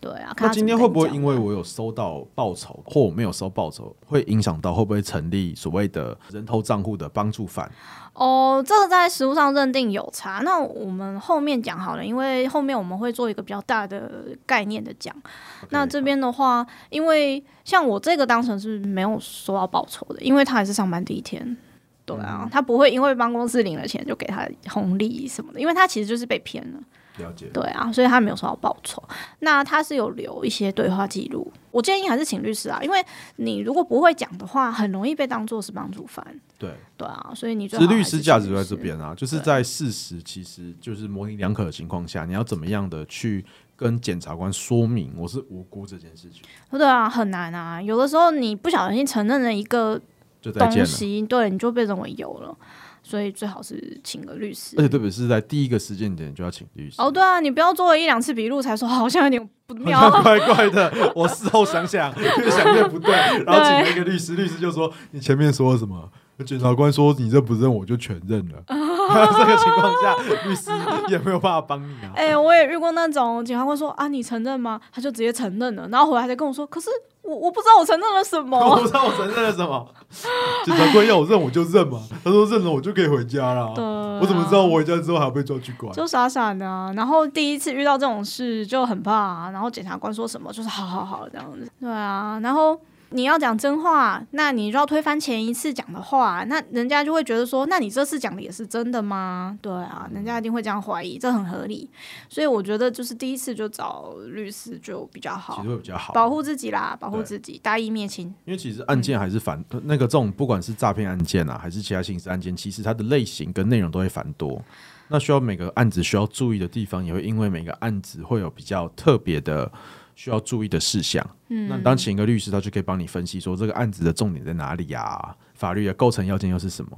[SPEAKER 1] 对啊，看他
[SPEAKER 2] 那今天
[SPEAKER 1] 怎
[SPEAKER 2] 会
[SPEAKER 1] 么
[SPEAKER 2] 不会
[SPEAKER 1] 跟你
[SPEAKER 2] 因为我有收到报酬，或我没有收报酬，会影响到会不会成立所谓的人头账户的帮助犯？
[SPEAKER 1] 讲哦，这个在实务上认定有差。那我们后面讲好了，因为后面我们会做一个比较大的概念的讲。那
[SPEAKER 2] OK，
[SPEAKER 1] 这边的话，因为像我这个当成是没有收到报酬的，因为他还是上班第一天。对
[SPEAKER 2] 嗯
[SPEAKER 1] 啊，他不会因为帮公司领了钱就给他红利什么的，因为他其实就是被骗了。
[SPEAKER 2] 了解。
[SPEAKER 1] 对啊，所以他没有收到报酬。那他是有留一些对话记录，我建议还是请律师啊，因为你如果不会讲的话，很容易被当做是帮助犯。
[SPEAKER 2] 对，
[SPEAKER 1] 对啊，所以你
[SPEAKER 2] 其
[SPEAKER 1] 最
[SPEAKER 2] 实
[SPEAKER 1] 好
[SPEAKER 2] 律
[SPEAKER 1] 还是
[SPEAKER 2] 师
[SPEAKER 1] 请
[SPEAKER 2] 价值就在
[SPEAKER 1] 律
[SPEAKER 2] 这
[SPEAKER 1] 师。
[SPEAKER 2] 边啊，就是在事实其实就是模棱两可的情况下，你要怎么样的去跟检察官说明我是无辜这件事情，
[SPEAKER 1] 对啊，很难啊，有的时候你不小心承认了一个
[SPEAKER 2] 就再见
[SPEAKER 1] 东
[SPEAKER 2] 了。
[SPEAKER 1] 西，对，你就被认为有了，所以最好是请个律师
[SPEAKER 2] 而。且特别是在第一个时间点就要请律师，
[SPEAKER 1] 哦，对啊，你不要做了一两次笔录才说好像有点不妙
[SPEAKER 2] [LAUGHS] 好像怪怪的。我事后想想，越想越不对，
[SPEAKER 1] [LAUGHS]
[SPEAKER 2] 然后请了一个律师，律师就说你前面说了什么？检察官说你认不认，我就全认
[SPEAKER 1] [LAUGHS]
[SPEAKER 2] 了。 [LAUGHS] 这个情况下，律师也没有办法帮你啊。
[SPEAKER 1] 哎、我也遇过那种检察官说啊，你承认吗？他就直接承认了，然后回来再跟我说，可是我我不知道我承认了什
[SPEAKER 2] [LAUGHS] 我不
[SPEAKER 1] 么。
[SPEAKER 2] 知道我承认了什么， [LAUGHS] 检察官要我认我就认嘛。他说认了我就可以回家啦。
[SPEAKER 1] 对啊
[SPEAKER 2] 我怎么知道我回家之后还要被抓去关？
[SPEAKER 1] 就傻傻的、啊，然后第一次遇到这种事就很怕、啊，然后检察官说什么就是好好好这样子，对啊，然后你要讲真话，那你就要推翻前一次讲的话，那人家就会觉得说，那你这次讲的也是真的吗？对啊，人家一定会这样怀疑，这很合理，所以我觉得就是第一次就找律师就比较
[SPEAKER 2] 其
[SPEAKER 1] 好
[SPEAKER 2] 实，会比较好，
[SPEAKER 1] 保护自己啦，保护
[SPEAKER 2] 对
[SPEAKER 1] 自己，大义灭亲。
[SPEAKER 2] 因为其实案件还是反、那个这种，不管是诈骗案件啊，还是其他刑事案件，其实它的类型跟内容都会繁多。那需要每个案子需要注意的地方，也会因为每个案子会有比较特别的需要注意的事项。嗯，那当请一个律师，他就可以帮你分析说这个案子的重点在哪里啊，法律的构成要件又是什么。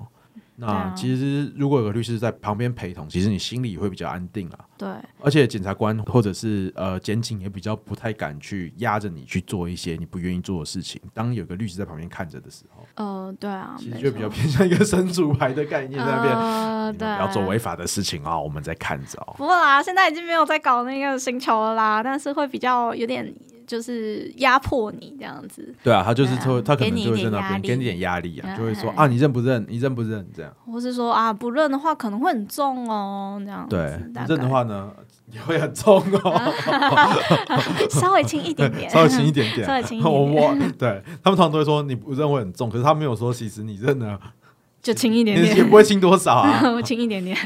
[SPEAKER 2] 那
[SPEAKER 1] 啊
[SPEAKER 2] 其实如果有个律师在旁边陪同，其实你心里也会比较安定啊。
[SPEAKER 1] 对，
[SPEAKER 2] 而且检察官或者是呃检警也比较不太敢去压着你去做一些你不愿意做的事情。当有个律师在旁边看着的时候，
[SPEAKER 1] 呃，对啊，
[SPEAKER 2] 其实
[SPEAKER 1] 没
[SPEAKER 2] 就比较
[SPEAKER 1] 错
[SPEAKER 2] 偏向一个神主牌的概念在那边。
[SPEAKER 1] 呃，
[SPEAKER 2] 你
[SPEAKER 1] 对，
[SPEAKER 2] 们不要做违法的事情啊！我们在看着哦。
[SPEAKER 1] 不过啦，现在已经没有在搞那个星球了啦，但是会比较有点就是压迫你这样子。
[SPEAKER 2] 对啊，他就是
[SPEAKER 1] 对啊
[SPEAKER 2] 会，他可
[SPEAKER 1] 给
[SPEAKER 2] 能
[SPEAKER 1] 你
[SPEAKER 2] 就会
[SPEAKER 1] 一
[SPEAKER 2] 在
[SPEAKER 1] 点
[SPEAKER 2] 那
[SPEAKER 1] 压
[SPEAKER 2] 边
[SPEAKER 1] 力
[SPEAKER 2] 给你点压力啊，
[SPEAKER 1] 嗯
[SPEAKER 2] 就会说
[SPEAKER 1] 嗯
[SPEAKER 2] 啊，你认不认？你认不认？这样。
[SPEAKER 1] 或是说啊，不认的话可能会很重哦，这样子
[SPEAKER 2] 对，
[SPEAKER 1] 大概
[SPEAKER 2] 你认的话呢，也会很
[SPEAKER 1] [LAUGHS]
[SPEAKER 2] 重 [LAUGHS] 哦，
[SPEAKER 1] 稍微轻一点点，
[SPEAKER 2] [LAUGHS] 稍微轻一点点。
[SPEAKER 1] 稍微轻一点
[SPEAKER 2] 我
[SPEAKER 1] 点
[SPEAKER 2] [LAUGHS] 我对他们通常都会说你不认会很重，可是他没有说其实你认了，
[SPEAKER 1] [LAUGHS] 就轻一点
[SPEAKER 2] 也也
[SPEAKER 1] 点
[SPEAKER 2] 不。会轻多少啊。
[SPEAKER 1] [LAUGHS] 轻一点点，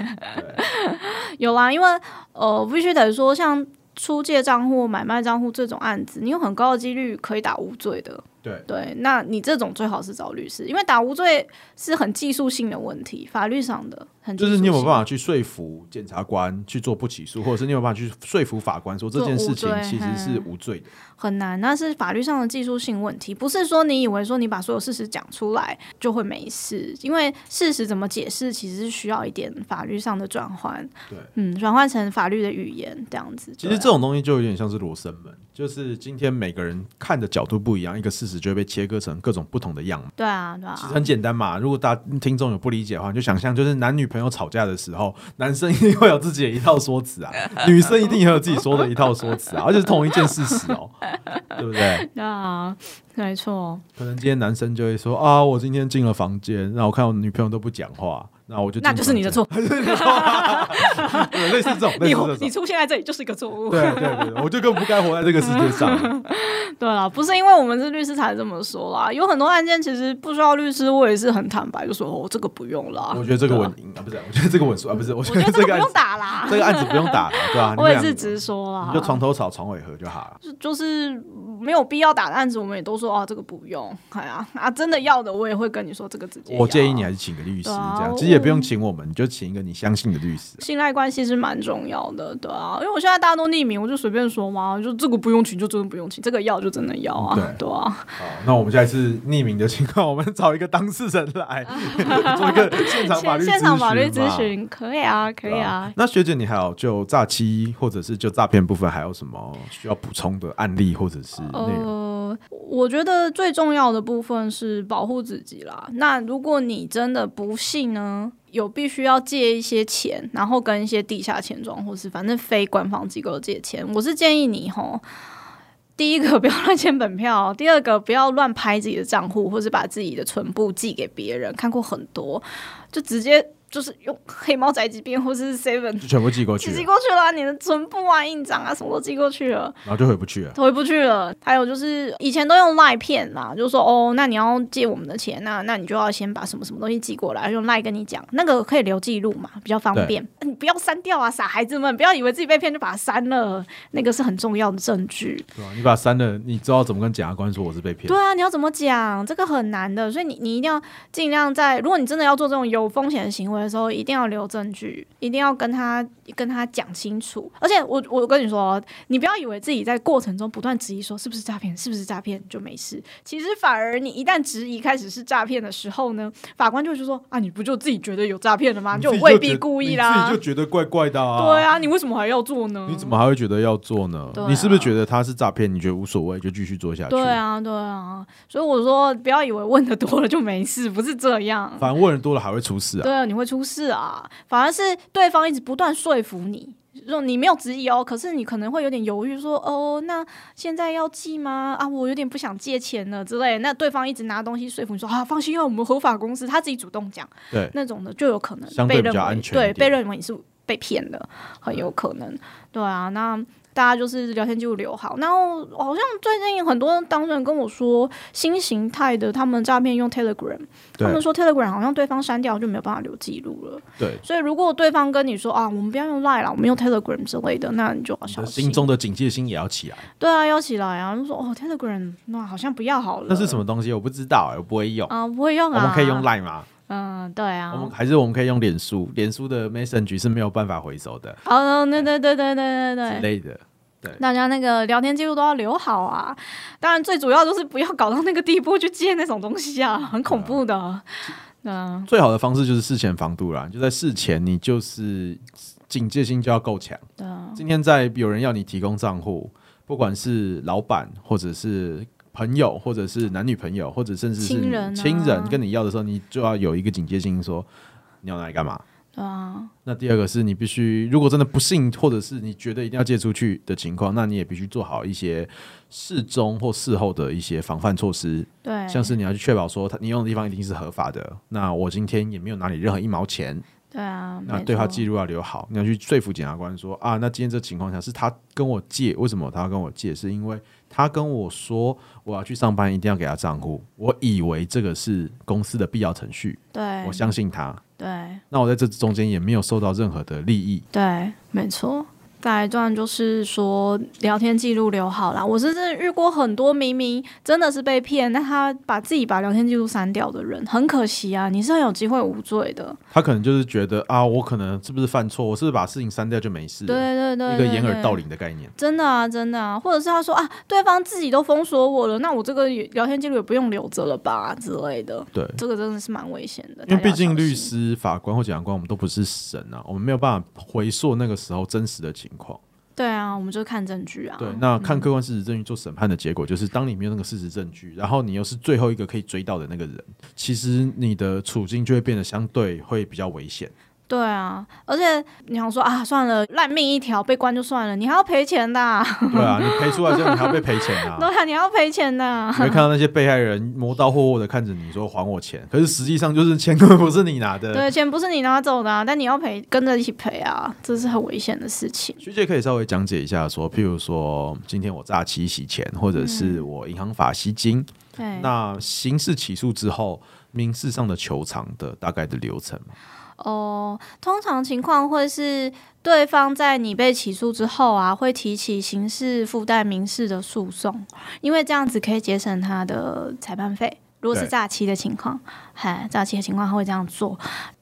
[SPEAKER 1] [LAUGHS] 有啦，因为呃，必须得说，像出借账户、买卖账户这种案子，你有很高的几率可以打无罪的。
[SPEAKER 2] 对，
[SPEAKER 1] 对，那你这种最好是找律师，因为打无罪是很技术性的问题，法律上的很技
[SPEAKER 2] 就
[SPEAKER 1] 术
[SPEAKER 2] 是
[SPEAKER 1] 性。
[SPEAKER 2] 你有没有办法去说服检察官去做不起诉，或者是你有没有办法去说服法官说这件事情
[SPEAKER 1] 做无罪
[SPEAKER 2] 其实是无罪的？
[SPEAKER 1] 很难，那是法律上的技术性问题，不是说你以为说你把所有事实讲出来就会没事，因为事实怎么解释其实是需要一点法律上的转换，
[SPEAKER 2] 对，
[SPEAKER 1] 嗯，转换成法律的语言这样子。啊
[SPEAKER 2] 其实这种东西就有点像是罗生门，就是今天每个人看的角度不一样，一个事实就会被切割成各种不同的样貌。
[SPEAKER 1] 对啊，对
[SPEAKER 2] 其实
[SPEAKER 1] 啊，
[SPEAKER 2] 很简单嘛，如果大家听众有不理解的话，你就想象就是男女朋友吵架的时候，男生一定会有自己的一套说辞啊，女生一定也有自己说的一套说辞啊，而且是同一件事实哦，对不对？
[SPEAKER 1] 对啊，没错，
[SPEAKER 2] 可能今天男生就会说啊，我今天进了房间，然后我看我女朋友都不讲话，那我就进
[SPEAKER 1] 那就是你的错，
[SPEAKER 2] 房间，对类似
[SPEAKER 1] [LAUGHS]
[SPEAKER 2] 这种，
[SPEAKER 1] 你
[SPEAKER 2] 类似这种
[SPEAKER 1] 你，出现在这里就是一个错误。
[SPEAKER 2] 对对对，我就更不该活在这个世界上。
[SPEAKER 1] 对啦，不是因为我们是律师才这么说啦，有很多案件其实不需要律师，我也是很坦白就说哦，这个不用啦。
[SPEAKER 2] 我觉得这个
[SPEAKER 1] 对
[SPEAKER 2] 稳
[SPEAKER 1] 啊，
[SPEAKER 2] 赢啊，不是，我觉得这个稳输啊，不是，我觉
[SPEAKER 1] 我觉
[SPEAKER 2] 得
[SPEAKER 1] 得
[SPEAKER 2] [LAUGHS] 这
[SPEAKER 1] 这
[SPEAKER 2] 个
[SPEAKER 1] 个
[SPEAKER 2] 案
[SPEAKER 1] 不
[SPEAKER 2] 子
[SPEAKER 1] 用打啦，
[SPEAKER 2] 这个案子不用打了，对吧？你
[SPEAKER 1] 我
[SPEAKER 2] 们
[SPEAKER 1] 也
[SPEAKER 2] 两个
[SPEAKER 1] 是直说啦。
[SPEAKER 2] 你就床头吵，床尾和就好了。
[SPEAKER 1] 就就是没有必要打的案子，我们也都说哦，这个不用。哎呀，啊，真的要的我也会跟你说这个直接要。
[SPEAKER 2] 我建议你还是请个律师，
[SPEAKER 1] 啊对啊
[SPEAKER 2] 这样
[SPEAKER 1] 我
[SPEAKER 2] 其实也不用请我们，你就请一个你相信的律师。
[SPEAKER 1] 信赖关系是蛮重要的，对啊，因为我现在大家都匿名，我就随便说嘛，就这个不用请就真的不用请，这个要就真的要啊，
[SPEAKER 2] 对
[SPEAKER 1] 对啊，
[SPEAKER 2] 好，那我们下一次匿名的情况，我们找一个当事人
[SPEAKER 1] [LAUGHS]
[SPEAKER 2] 来做一个现场法律
[SPEAKER 1] 现场法律
[SPEAKER 2] 嘛
[SPEAKER 1] 咨询可以啊，可
[SPEAKER 2] 对
[SPEAKER 1] 以啊。
[SPEAKER 2] 那学姐，你还有就诈欺或者是就诈骗部分，还有什么需要补充的案例或者是内容？
[SPEAKER 1] 呃，我觉得最重要的部分是保护自己啦。那如果你真的不信呢，有必须要借一些钱，然后跟一些地下钱庄或是反正非官方机构借钱，我是建议你吼，第一个不要乱签本票，第二个不要乱拍自己的账户，或是把自己的存部寄给别人。看过很多，就直接就是用黑猫宅急便或是 Seven
[SPEAKER 2] 就全部寄过去
[SPEAKER 1] 寄
[SPEAKER 2] 了，
[SPEAKER 1] 过去了啊，你的存部啊、印章啊什么都寄过去了。
[SPEAKER 2] 然后就回不去了。
[SPEAKER 1] 回不去了。还有就是以前都用赖骗啦，就说哦，那你要借我们的钱，那那你就要先把什么什么东西寄过来，用赖跟你讲，那个可以留记录嘛，比较方便。你不要删掉啊，傻孩子们，不要以为自己被骗就把它删了，那个是很重要的证据。
[SPEAKER 2] 对吧？你把它删了，你知道怎么跟检察官说我是被骗
[SPEAKER 1] 对？啊，你要怎么讲，这个很难的，所以你你一定要尽量在，如果你真的要做这种有风险的行为的时候，一定要留证据，一定要跟他跟他讲清楚。而且我我跟你说，你不要以为自己在过程中不断质疑说是不是诈骗，是不是诈骗就没事，其实反而你一旦质疑开始是诈骗的时候呢，法官就会说啊，你不就自己觉得有诈骗了吗？
[SPEAKER 2] 你
[SPEAKER 1] 啊就
[SPEAKER 2] 自己
[SPEAKER 1] 未
[SPEAKER 2] 觉
[SPEAKER 1] 必
[SPEAKER 2] 得
[SPEAKER 1] 故意
[SPEAKER 2] 你
[SPEAKER 1] 啦
[SPEAKER 2] 自己。就觉得怪怪的啊。
[SPEAKER 1] 对啊，你为什么还要做呢？
[SPEAKER 2] 你怎么还会觉得要做呢？
[SPEAKER 1] 对啊
[SPEAKER 2] 你是不是觉得他是诈骗？你觉得无所谓，就继续做下去？
[SPEAKER 1] 对啊，对啊，所以我说不要以为问的多了就没事，不是这样。
[SPEAKER 2] 反正问人多了还会出事啊。
[SPEAKER 1] 对啊，你会出事啊！反而是对方一直不断说服你，说你没有质疑哦，可是你可能会有点犹豫说，哦，那现在要寄吗？啊，我有点不想借钱了之类的。那对方一直拿东西说服你说啊，放心啊，我们合法公司，他自己主动讲
[SPEAKER 2] 对，
[SPEAKER 1] 那种的，就有可能
[SPEAKER 2] 相对
[SPEAKER 1] 被
[SPEAKER 2] 比
[SPEAKER 1] 认
[SPEAKER 2] 较
[SPEAKER 1] 为
[SPEAKER 2] 安全一
[SPEAKER 1] 对
[SPEAKER 2] 点嗯
[SPEAKER 1] 被认为你是被骗的，很有可能。对啊，那。大家就是聊天记录留好，然后好像最近很多当事人跟我说，新形态的他们诈骗用 Telegram，他们
[SPEAKER 2] 对，
[SPEAKER 1] 说 Telegram 好像对方删掉就没有办法留记录了，
[SPEAKER 2] 对。
[SPEAKER 1] 所以如果对方跟你说啊，我们不要用 Line 啦，我们用 Telegram 之类的，那你就要
[SPEAKER 2] 你
[SPEAKER 1] 小
[SPEAKER 2] 的
[SPEAKER 1] 心。
[SPEAKER 2] 心中的警戒心也要起来。
[SPEAKER 1] 对啊，要起来啊，就说哦 Telegram 那好像不要好了。
[SPEAKER 2] 那是什么东西？我不知道，哎，我不会用。
[SPEAKER 1] 啊？不会用
[SPEAKER 2] 我
[SPEAKER 1] 啊？
[SPEAKER 2] 们可以用。Line 吗？
[SPEAKER 1] 嗯，对
[SPEAKER 2] 我们
[SPEAKER 1] 啊。
[SPEAKER 2] 还是我们可以用脸书，脸书的 Messenger 是没有办法回收的
[SPEAKER 1] 哦，对对对对对
[SPEAKER 2] 之
[SPEAKER 1] 对对。
[SPEAKER 2] 类的。
[SPEAKER 1] 大家那个聊天记录都要留好啊！当然，最主要就是不要搞到那个地步去借那种东西
[SPEAKER 2] [LAUGHS]
[SPEAKER 1] 啊，很恐怖的。
[SPEAKER 2] 嗯
[SPEAKER 1] 对啊，
[SPEAKER 2] 最好的方式就是事前防堵啦，就在事前你就是警戒心就要够强。
[SPEAKER 1] 对啊，
[SPEAKER 2] 今天在有人要你提供账户，不管是老板或者是朋友，或者是男女朋友，或者甚至是你
[SPEAKER 1] 亲人啊
[SPEAKER 2] 亲人跟你要的时候，你就要有一个警戒心说你要拿来干嘛。
[SPEAKER 1] 对啊，
[SPEAKER 2] 那第二个是你必须，如果真的不信，或者是你觉得一定要借出去的情况，那你也必须做好一些事中或事后的一些防范措施，
[SPEAKER 1] 对。
[SPEAKER 2] 像是你要去确保说他你用的地方一定是合法的。那我今天也没有拿你任何一毛钱，
[SPEAKER 1] 对啊，
[SPEAKER 2] 那
[SPEAKER 1] 没
[SPEAKER 2] 对话
[SPEAKER 1] 错
[SPEAKER 2] 记录要留好，你要去说服检察官说啊，那今天这情况下是他跟我借，为什么他要跟我借？是因为他跟我说我要去上班，一定要给他账户，我以为这个是公司的必要程序，
[SPEAKER 1] 对
[SPEAKER 2] 我相信他。
[SPEAKER 1] 对。
[SPEAKER 2] 那我在这中间也没有受到任何的利益，
[SPEAKER 1] 对，没错。再来一段就是说聊天记录留好啦。我是真的遇过很多明明真的是被骗，但他把自己把聊天记录删掉的人，很可惜啊，你是很有机会无罪的。
[SPEAKER 2] 他可能就是觉得啊，我可能是不是犯错，我是不是把事情删掉就没事了
[SPEAKER 1] 对对对
[SPEAKER 2] 一
[SPEAKER 1] 对
[SPEAKER 2] 个掩耳
[SPEAKER 1] 对
[SPEAKER 2] 盗铃的概念。
[SPEAKER 1] 真的啊，真的啊，或者是他说啊，对方自己都封锁我了，那我这个也聊天记录也不用留着了吧之类的，
[SPEAKER 2] 对，
[SPEAKER 1] 这个真的是蛮危险的。大
[SPEAKER 2] 因为
[SPEAKER 1] 家
[SPEAKER 2] 毕
[SPEAKER 1] 要
[SPEAKER 2] 竟
[SPEAKER 1] 小
[SPEAKER 2] 律
[SPEAKER 1] 心
[SPEAKER 2] 师、法官或检察官，我们都不是神啊，我们没有办法回溯那个时候真实的情况。
[SPEAKER 1] 对啊，我们就看证据啊。
[SPEAKER 2] 对，那看客观事实证据做审判的结果，就是当你没有那个事实证据，然后你又是最后一个可以追到的那个人，其实你的处境就会变得相对会比较危
[SPEAKER 1] [LAUGHS]
[SPEAKER 2] 险。
[SPEAKER 1] 对啊，而且你想说啊，算了，烂命一条，被关就算了，你还要赔钱的啊、
[SPEAKER 2] 对啊，你赔出来之后，你还要被赔钱
[SPEAKER 1] [LAUGHS] 对
[SPEAKER 2] 啊。
[SPEAKER 1] 啊，你要赔钱的、
[SPEAKER 2] 你会看到那些被害人磨刀霍霍的看着你说还我钱，可是实际上就是钱根本不是你拿的。
[SPEAKER 1] 对，钱不是你拿走的、啊，但你要赔，跟着一起赔啊，这是很危险的事情。
[SPEAKER 2] 学姐可以稍微讲解一下说譬如说今天我诈欺洗钱，或者
[SPEAKER 1] 嗯
[SPEAKER 2] 是我银行法吸金，
[SPEAKER 1] 对，
[SPEAKER 2] 那刑事起诉之后，民事上的求偿的大概的流程嘛。
[SPEAKER 1] 哦，通常情况会是对方在你被起诉之后啊，会提起刑事附带民事的诉讼，因为这样子可以节省他的裁判费。如果是
[SPEAKER 2] 对
[SPEAKER 1] 诈欺的情况，嗨，诈欺的情况他会这样做。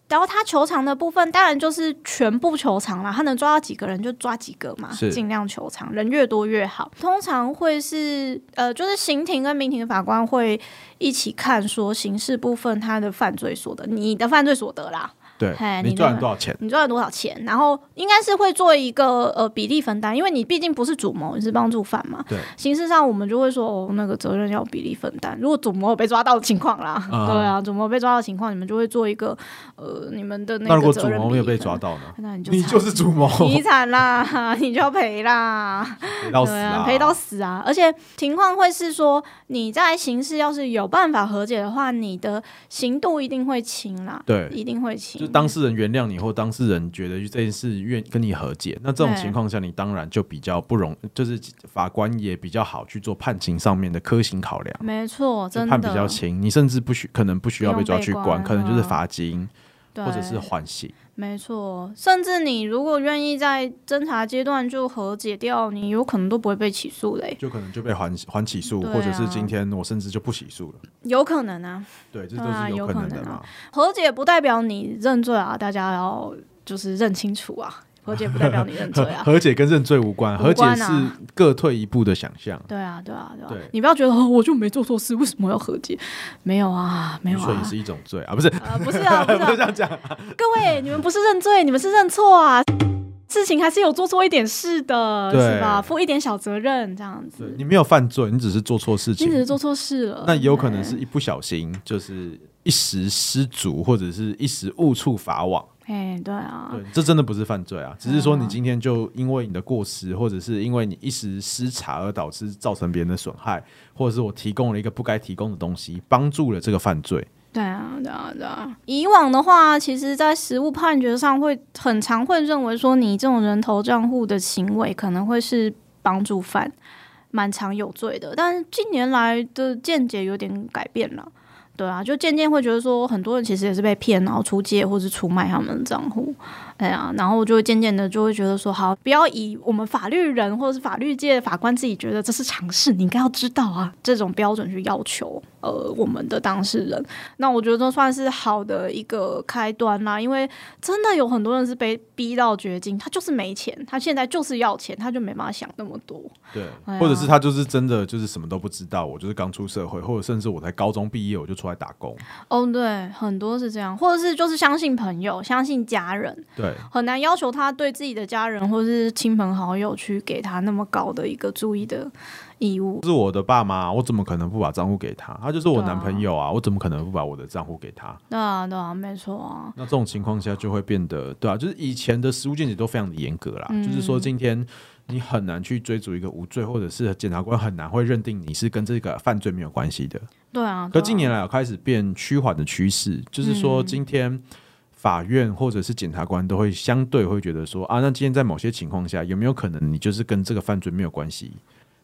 [SPEAKER 1] 然后他求偿的部分，当然就是全部求偿啦，他能抓到几个人就抓几个嘛，
[SPEAKER 2] 是
[SPEAKER 1] 尽量求偿，人越多越好。通常会是呃，就是刑庭跟民庭的法官会一起看说刑事部分他的犯罪所得，你的犯罪所得啦，
[SPEAKER 2] 对
[SPEAKER 1] 嘿，
[SPEAKER 2] 你
[SPEAKER 1] 你
[SPEAKER 2] 赚了
[SPEAKER 1] 那
[SPEAKER 2] 多少钱？
[SPEAKER 1] 你赚了多少钱，然后应该是会做一个呃比例分担，因为你毕竟不是主谋，你是帮助犯嘛。
[SPEAKER 2] 对，
[SPEAKER 1] 形式上我们就会说哦，那个责任要比例分担。如果主谋有被抓到的情况啦，
[SPEAKER 2] 啊
[SPEAKER 1] 对啊，主谋被抓到的情况，你们就会做一个呃你们的
[SPEAKER 2] 那
[SPEAKER 1] 那
[SPEAKER 2] 如果
[SPEAKER 1] 个
[SPEAKER 2] 主
[SPEAKER 1] 责任
[SPEAKER 2] 谋
[SPEAKER 1] 比例分担。
[SPEAKER 2] 没有被抓，到呢？
[SPEAKER 1] 那你就
[SPEAKER 2] 你
[SPEAKER 1] 惨
[SPEAKER 2] 就是主谋，
[SPEAKER 1] 你惨啦， [LAUGHS] 你就要赔啦。
[SPEAKER 2] 赔到死
[SPEAKER 1] 对
[SPEAKER 2] [LAUGHS] 啊！
[SPEAKER 1] 啊，赔到死啊！而且情况会是说，你在刑事要是有办法和解的话，你的刑度一定会轻啦，
[SPEAKER 2] 对
[SPEAKER 1] 一定会轻。
[SPEAKER 2] 就当事人原谅你，或当事人觉得这件事愿跟你和解，那这种
[SPEAKER 1] 对
[SPEAKER 2] 情况下，你当然就比较不容，就是法官也比较好去做判刑上面的科刑考量，
[SPEAKER 1] 没错，
[SPEAKER 2] 就
[SPEAKER 1] 真的
[SPEAKER 2] 判比较轻，你甚至不需可能不需要被抓去关，
[SPEAKER 1] 不用被
[SPEAKER 2] 可
[SPEAKER 1] 关
[SPEAKER 2] 能就是罚金
[SPEAKER 1] 对，
[SPEAKER 2] 或者是缓刑。
[SPEAKER 1] 没错。甚至你如果愿意在侦查阶段就和解掉，你有可能都不会被起诉嘞、
[SPEAKER 2] 就可能就被缓缓起诉，
[SPEAKER 1] 对啊
[SPEAKER 2] 或者是今天我甚至就不起诉了，
[SPEAKER 1] 有可能啊。
[SPEAKER 2] 对，这
[SPEAKER 1] 对
[SPEAKER 2] 都
[SPEAKER 1] 啊
[SPEAKER 2] 是
[SPEAKER 1] 有
[SPEAKER 2] 可
[SPEAKER 1] 可
[SPEAKER 2] 能
[SPEAKER 1] 能
[SPEAKER 2] 的嘛
[SPEAKER 1] 啊。和解不代表你认罪啊，大家要就是认清楚
[SPEAKER 2] [LAUGHS]
[SPEAKER 1] 啊。和解不代表你认罪
[SPEAKER 2] 和
[SPEAKER 1] 啊。
[SPEAKER 2] [LAUGHS] 和解跟认罪无关，
[SPEAKER 1] 无
[SPEAKER 2] 和解
[SPEAKER 1] 关
[SPEAKER 2] 是
[SPEAKER 1] 啊
[SPEAKER 2] 各退一步的想象。
[SPEAKER 1] 对啊，对啊，对啊！
[SPEAKER 2] 对
[SPEAKER 1] 你不要觉得、哦、我就没做错事，为什么要和解？没有啊，没
[SPEAKER 2] 愚
[SPEAKER 1] 有
[SPEAKER 2] 蠢也
[SPEAKER 1] 啊，
[SPEAKER 2] 是一种罪啊，不是
[SPEAKER 1] 啊，不是啊，不是
[SPEAKER 2] [LAUGHS] 不是
[SPEAKER 1] 啊
[SPEAKER 2] 这，样讲，
[SPEAKER 1] 各位，你们不是认罪，你们是认错啊，事情还是有做错一点事的，
[SPEAKER 2] 对
[SPEAKER 1] 是吧？负一点小责任这样
[SPEAKER 2] 对
[SPEAKER 1] 子，
[SPEAKER 2] 你没有犯罪，你只是做错事
[SPEAKER 1] 嗯你
[SPEAKER 2] 情
[SPEAKER 1] 只，是做嗯错事了，
[SPEAKER 2] 那也有可能是一不小心，就是一时失足，或者是一时误触法网。
[SPEAKER 1] 哎，对啊，
[SPEAKER 2] 对，这真的不是犯罪啊，只是说
[SPEAKER 1] 嗯
[SPEAKER 2] 你今天就因为你的过失，或者是因为你一时失察而导致造成别人的损害，或者是我提供了一个不该提供的东西，帮助了这个犯罪。
[SPEAKER 1] 对啊，对啊，对啊。以往的话，其实，在实物判决上会很常会认为说，你这种人头账户的行为可能会是帮助犯，蛮常有罪的。但是近年来的见解有点改变了。对啊，就渐渐会觉得说，很多人其实也是被骗，然后出借或是出卖他们的账户，哎呀、然后就会渐渐的就会觉得说，好，不要以我们法律人或者是法律界的法官自己觉得这是常识，你应该要知道啊，这种标准去要求呃我们的当事人。那我觉得算是好的一个开端啦，因为真的有很多人是被逼到绝境，他就是没钱，他现在就是要钱，他就没办法想那么多。
[SPEAKER 2] 对，
[SPEAKER 1] 哎呀
[SPEAKER 2] 或者是他就是真的就是什么都不知道，我就是刚出社会，或者甚至我才高中毕业我就出来打工。
[SPEAKER 1] 哦，对，很多是这样，或者是就是相信朋友，相信家人，
[SPEAKER 2] 对，
[SPEAKER 1] 很难要求他对自己的家人或是亲朋好友去给他那么高的一个注意的义务。
[SPEAKER 2] 是我的爸妈，我怎么可能不把账户给他？他就是
[SPEAKER 1] 对
[SPEAKER 2] 我
[SPEAKER 1] 啊
[SPEAKER 2] 男朋友啊，我怎么可能不把我的账户给他？
[SPEAKER 1] 对啊，对啊，没错啊，
[SPEAKER 2] 那这种情况下就会变得，对啊，就是以前的实务见解都非常的严格啦，就是说今天你很难去追逐一个无罪，或者是检察官很难会认定你是跟这个犯罪没有关系的。
[SPEAKER 1] 对啊。对
[SPEAKER 2] 可
[SPEAKER 1] 啊
[SPEAKER 2] 近年来有开始变趋缓的趋势，就是
[SPEAKER 1] 嗯
[SPEAKER 2] 说今天法院或者是检察官都会相对会觉得说啊，那今天在某些情况下有没有可能你就是跟这个犯罪没有关系，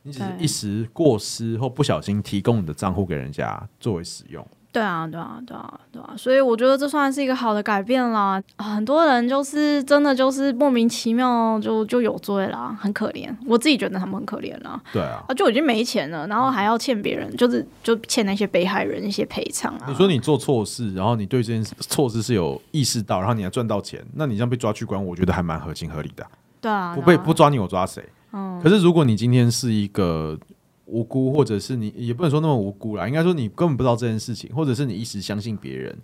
[SPEAKER 2] 你只是
[SPEAKER 1] 对
[SPEAKER 2] 一时过失或不小心提供你的账户给人家作为使用。
[SPEAKER 1] 对啊，对啊，对啊，对啊，所以我觉得这算是一个好的改变啦。啊很多人就是真的就是莫名其妙就就有罪啦，很可怜。我自己觉得他们很可怜啦，
[SPEAKER 2] 对啊，
[SPEAKER 1] 啊，就已经没钱了，然后还要欠别人，就是就欠那些被害人一些赔偿 [LAUGHS] 啊。
[SPEAKER 2] 你说你做错事，然后你对这件事错事是有意识到，然后你还赚到钱，那你这样被抓去关，我觉得还蛮合情合理的啊。
[SPEAKER 1] 对啊，嗯
[SPEAKER 2] 不
[SPEAKER 1] 对
[SPEAKER 2] 被
[SPEAKER 1] 啊
[SPEAKER 2] 不抓你，我抓谁？可是如果你今天是一个无辜，或者是你也不能说那么无辜啦，应该说你根本不知道这件事情，或者是你一时相信别人，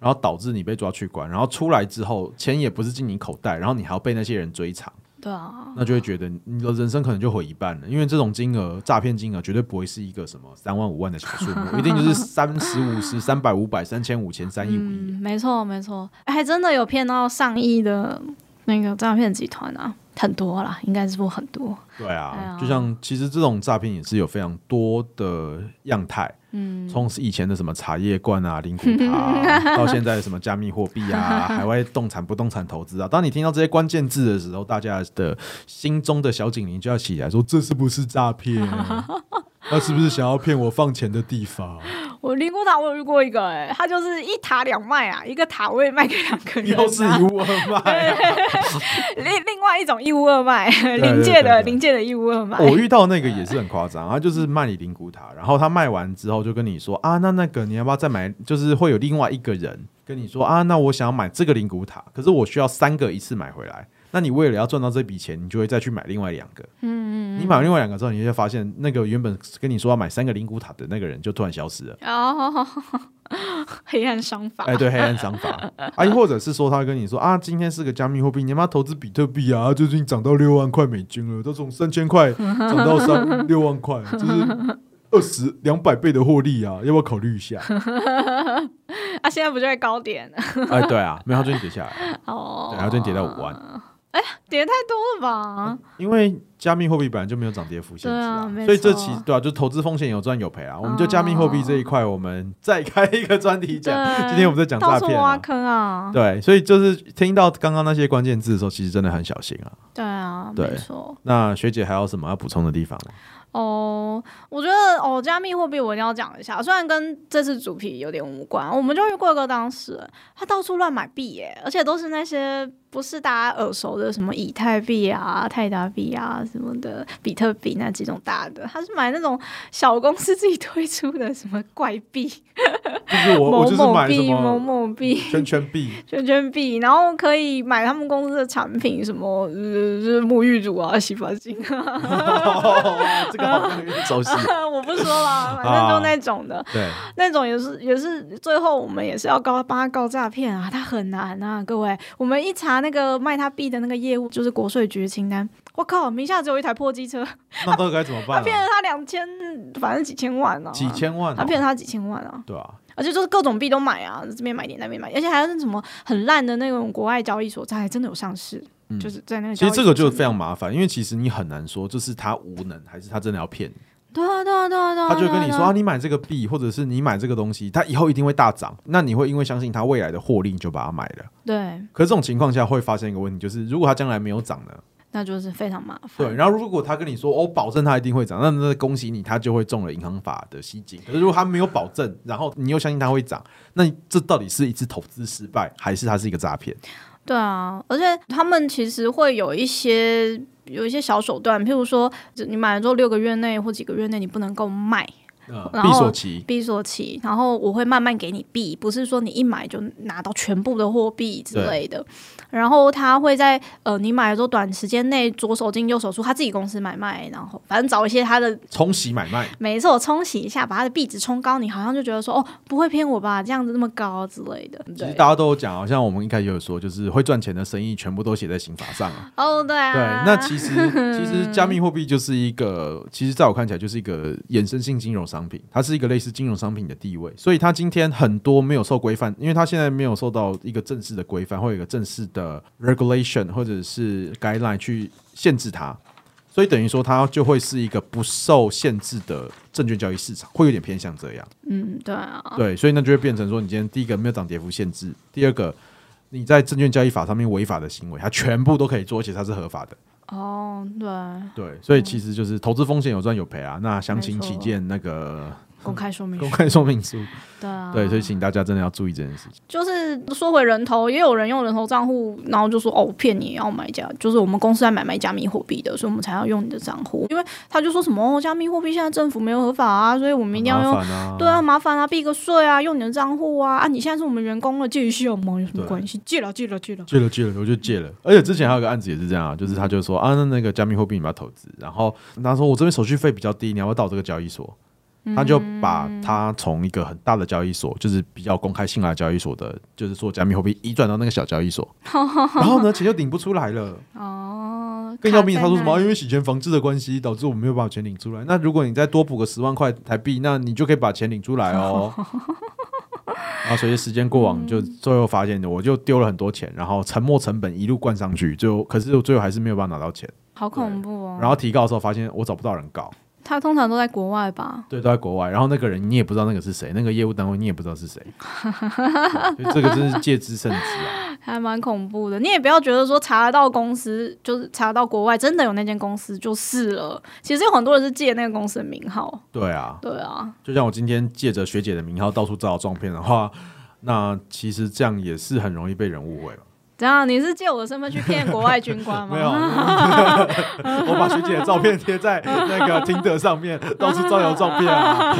[SPEAKER 2] 然后导致你被抓去关，然后出来之后钱也不是进你口袋，然后你还要被那些人追偿，
[SPEAKER 1] 对啊，
[SPEAKER 2] 那就会觉得你的人生可能就毁一半了。因为这种金额诈骗金额绝对不会是一个什么三万五万的小数
[SPEAKER 1] [LAUGHS]
[SPEAKER 2] 目，一定就是三十五十、三百五百、三千五千、三亿五亿。
[SPEAKER 1] 嗯，没错没错，哎还真的有骗到上亿的那个诈骗集团啊，很多啦，应该是不很多。
[SPEAKER 2] 对
[SPEAKER 1] 哎
[SPEAKER 2] 啊
[SPEAKER 1] 呀，
[SPEAKER 2] 就像其实这种诈骗也是有非常多的样态，嗯，从以前的什么茶叶罐啊、灵骨塔啊、 [LAUGHS] 到现在的什么加密货币 [LAUGHS] 啊、海外动产、不动产投资啊，当你听到这些关键字的时候，大家的心中的小警铃就要起来说，这是不是诈 [LAUGHS] 骗？那是不是想要骗我放钱的地 [LAUGHS] 方？
[SPEAKER 1] 我灵骨塔我有遇过一个、哎，他就是一塔两卖啊，一个塔位卖给两个人、啊，
[SPEAKER 2] 又是一物二卖啊、
[SPEAKER 1] 另另外一种义乌二脉，
[SPEAKER 2] 对
[SPEAKER 1] 临界
[SPEAKER 2] 对对
[SPEAKER 1] 的
[SPEAKER 2] 对
[SPEAKER 1] 临界的义乌二脉。
[SPEAKER 2] 我遇到那个也是很夸 [LAUGHS] 张，他就是卖你灵骨塔，然后他卖完之后就跟你说啊，那那个你要不要再买？就是会有另外一个人跟你说啊，那我想要买这个灵骨塔，可是我需要三个一次买回来。那你为了要赚到这笔钱，你就会再去买另外两个。嗯嗯，你买另外两个之后，你就会发现那个原本跟你说要买三个灵骨塔的那个人就突然消失了。
[SPEAKER 1] 哦， [LAUGHS] 黑暗商法。
[SPEAKER 2] 哎、对，黑暗
[SPEAKER 1] [LAUGHS]
[SPEAKER 2] 商法，啊，或者是说他跟你说啊，今天是个加密货币，你要不要投资比特币啊？最近涨到六万块美金了，都从三
[SPEAKER 1] [LAUGHS]
[SPEAKER 2] 千块涨到三六万块，就是二十两百倍的获利啊，要不要考虑一下？
[SPEAKER 1] 啊，现在不就在高点了？
[SPEAKER 2] [LAUGHS] 哎、对啊，没有，他最近跌下来了，
[SPEAKER 1] 哦，
[SPEAKER 2] 对，他最近跌到五万，
[SPEAKER 1] 跌太多了
[SPEAKER 2] [LAUGHS]
[SPEAKER 1] 吧？
[SPEAKER 2] 因为加密货币本来就没有涨跌幅限制啊，
[SPEAKER 1] 对啊
[SPEAKER 2] 所以这
[SPEAKER 1] 没错
[SPEAKER 2] 期对啊，就投资风险有赚有赔啊。我们就加密货币这一块，我们再开一个专题讲。
[SPEAKER 1] 对，
[SPEAKER 2] 今天我们在讲诈
[SPEAKER 1] 到处
[SPEAKER 2] 骗、
[SPEAKER 1] 挖
[SPEAKER 2] 啊，
[SPEAKER 1] 坑啊！
[SPEAKER 2] 对，所以就是听到刚刚那些关键字的时候，其实真的很小心啊。
[SPEAKER 1] 对啊，
[SPEAKER 2] 对
[SPEAKER 1] 没错。
[SPEAKER 2] 那学姐还有什么要补充的地方吗？
[SPEAKER 1] 哦，我觉得哦，加密货币我一定要讲一下，虽然跟这次主题有点无关，我们就遇过一个当事人，他到处乱买币耶，而且都是那些不是大家耳熟的什么以太币啊、泰达币啊什么的，比特币那几种大的，他是买那种小公司自己推出的什么怪币，
[SPEAKER 2] 就是我，我
[SPEAKER 1] 某
[SPEAKER 2] 就是
[SPEAKER 1] 某
[SPEAKER 2] 买什
[SPEAKER 1] 币、某
[SPEAKER 2] 么
[SPEAKER 1] 某币。
[SPEAKER 2] 圈圈
[SPEAKER 1] [LAUGHS]
[SPEAKER 2] 币，
[SPEAKER 1] 圈圈币，然后可以买他们公司的产品，什么呃就是沐浴乳啊、洗发精啊，
[SPEAKER 2] 这个好像有点熟悉。
[SPEAKER 1] [LAUGHS] 我不说了，反
[SPEAKER 2] 啊
[SPEAKER 1] 正就那种的。
[SPEAKER 2] [LAUGHS] 对，
[SPEAKER 1] 那种也是也是，最后我们也是要告帮他告诈骗啊，他很难啊，各位。我们一查那个卖他币的那个业务，就是国税局的清单，我靠，名下只有一台破机车，
[SPEAKER 2] 那到底该怎么
[SPEAKER 1] 他
[SPEAKER 2] 办
[SPEAKER 1] 骗
[SPEAKER 2] 啊？
[SPEAKER 1] 了他两千，反正几千万啊，
[SPEAKER 2] 几，千万哦，
[SPEAKER 1] 他骗了他几千万啊，
[SPEAKER 2] 对啊，
[SPEAKER 1] 而且就是各种币都买啊，这边买点那边买，而且还有那什么很烂的那种国外交易所，它还真的有上市，
[SPEAKER 2] 嗯
[SPEAKER 1] 就是在那个
[SPEAKER 2] 其
[SPEAKER 1] 交易
[SPEAKER 2] 实
[SPEAKER 1] 所
[SPEAKER 2] 这个就
[SPEAKER 1] 上面
[SPEAKER 2] 非常麻烦，因为其实你很难说，就是他无能，还是他真的要骗你。
[SPEAKER 1] 对啊对啊对啊对啊，
[SPEAKER 2] 他就会跟你
[SPEAKER 1] 对啊
[SPEAKER 2] 说啊，你买这个币，或者是你买这个东西，它以后一定会大涨。那你会因为相信它未来的获利，你就把它买了。
[SPEAKER 1] 对，
[SPEAKER 2] 可是这种情况下会发生一个问题，就是如果它将来没有涨呢？
[SPEAKER 1] 那就是非常麻烦
[SPEAKER 2] 对，。然后如果他跟你说，哦我、保证它一定会涨，那那恭喜你，他就会中了银行法的吸金。可是如果他没有保证，然后你又相信它会涨，那你这到底是一次投资失败，还是它是一个诈骗？
[SPEAKER 1] 对啊，而且他们其实会有一些有一些小手段，譬如说，就你买了之后六个月内或几个月内你不能够卖
[SPEAKER 2] 呃，
[SPEAKER 1] 然
[SPEAKER 2] 闭
[SPEAKER 1] 后
[SPEAKER 2] 锁期，
[SPEAKER 1] 闭锁期，然后我会慢慢给你币，不是说你一买就拿到全部的货币之类的。然后他会在呃你买的时候短时间内左手进右手出，他自己公司买卖，然后反正找一些他的。
[SPEAKER 2] 冲洗买卖，
[SPEAKER 1] 每一次我冲洗一下，把他的币值冲高，你好像就觉得说哦，不会骗我吧？这样子那么高之类的。
[SPEAKER 2] 其实
[SPEAKER 1] 对，
[SPEAKER 2] 大家都有讲，好像我们一开始有说，就是会赚钱的生意全部都写在刑法上啊。
[SPEAKER 1] 哦，对啊，
[SPEAKER 2] 对，那其实其实加密货币就是一个，其实在我看起来就是一个衍生性金融商品，它是一个类似金融商品的地位，所以它今天很多没有受规范，因为它现在没有受到一个正式的规范，或有一个正式的 regulation 或者是 guideline 去限制它，所以等于说它就会是一个不受限制的证券交易市场，会有点偏向这样。
[SPEAKER 1] 嗯，对啊，
[SPEAKER 2] 对，所以那就会变成说，你今天第一个没有涨跌幅限制，第二个你在证券交易法上面违法的行为，它全部都可以做，而且它是合法的。
[SPEAKER 1] 哦，对。
[SPEAKER 2] 对，所以其实就是投资风险有赚有赔啊。那详情
[SPEAKER 1] 嗯没错
[SPEAKER 2] 起见那个
[SPEAKER 1] 公开说明
[SPEAKER 2] 嗯公
[SPEAKER 1] 书，
[SPEAKER 2] 开说明书。
[SPEAKER 1] 对啊，
[SPEAKER 2] 对，所以请大家真的要注意这件事情。
[SPEAKER 1] 就是说回人头，也有人用人头账户，然后就说哦骗你要买加，就是我们公司在买卖加密货币的，所以我们才要用你的账户，因为他就说什么哦加密货币现在政府没有合法啊，所以我们一定要
[SPEAKER 2] 很麻
[SPEAKER 1] 用。
[SPEAKER 2] 烦啊。
[SPEAKER 1] 对啊，麻烦啊，避个税啊，用你的账户啊啊！你现在是我们员工了，借一下嘛，有什么
[SPEAKER 2] 对
[SPEAKER 1] 关系？借了，借了，借了。
[SPEAKER 2] 借了借了，我就借了。而且之前还有个案子也是这样啊，就是他就说啊，那那个加密货币你要投资，然后他说我这边手续费比较低，你要不要到这个交易所？他就把
[SPEAKER 1] 嗯
[SPEAKER 2] 他从一个很大的交易所，就是比较公开信赖的交易所的，就是做加密货币移转到那个小交易所， [LAUGHS] 然
[SPEAKER 1] [LAUGHS]
[SPEAKER 2] 后呢钱就领不出来了。
[SPEAKER 1] 哦，
[SPEAKER 2] 更要命，
[SPEAKER 1] 卡
[SPEAKER 2] 他
[SPEAKER 1] 在
[SPEAKER 2] 说什么？
[SPEAKER 1] 那
[SPEAKER 2] 啊
[SPEAKER 1] 里？
[SPEAKER 2] 因为洗钱防治的关系，导致我没有把我钱领出来。那如果你再多补个十万块台币，那你就可以把钱领出来
[SPEAKER 1] [LAUGHS]
[SPEAKER 2] 哦。然后随着时间过往，就最后发现我就丢了很多钱，然后沉没成本一路灌上去，最后可是我最后还是没有办法拿到钱。
[SPEAKER 1] 好恐怖哦！嗯
[SPEAKER 2] 然后提告的时候发现我找不到人告，
[SPEAKER 1] 他通常都在国外吧？
[SPEAKER 2] 对，都在国外。然后那个人你也不知道那个是谁，那个业务单位你也不知道是
[SPEAKER 1] [LAUGHS]
[SPEAKER 2] 谁，对所以这个真是戒之甚之啊！
[SPEAKER 1] 还蛮恐怖的。你也不要觉得说查得到公司，就是查得到国外真的有那间公司就是了。其实有很多人是借那个公司的名号。
[SPEAKER 2] 对啊，
[SPEAKER 1] 对啊，
[SPEAKER 2] 就像我今天借着学姐的名号到处造撞骗的话， [LAUGHS] 那其实这样也是很容易被人误会吧。
[SPEAKER 1] 怎样？你是借我的身份去骗国外军官吗？
[SPEAKER 2] [LAUGHS] 没有，啊 [LAUGHS] 我把学姐的照片贴在那个听的上面，到处招摇撞骗啊，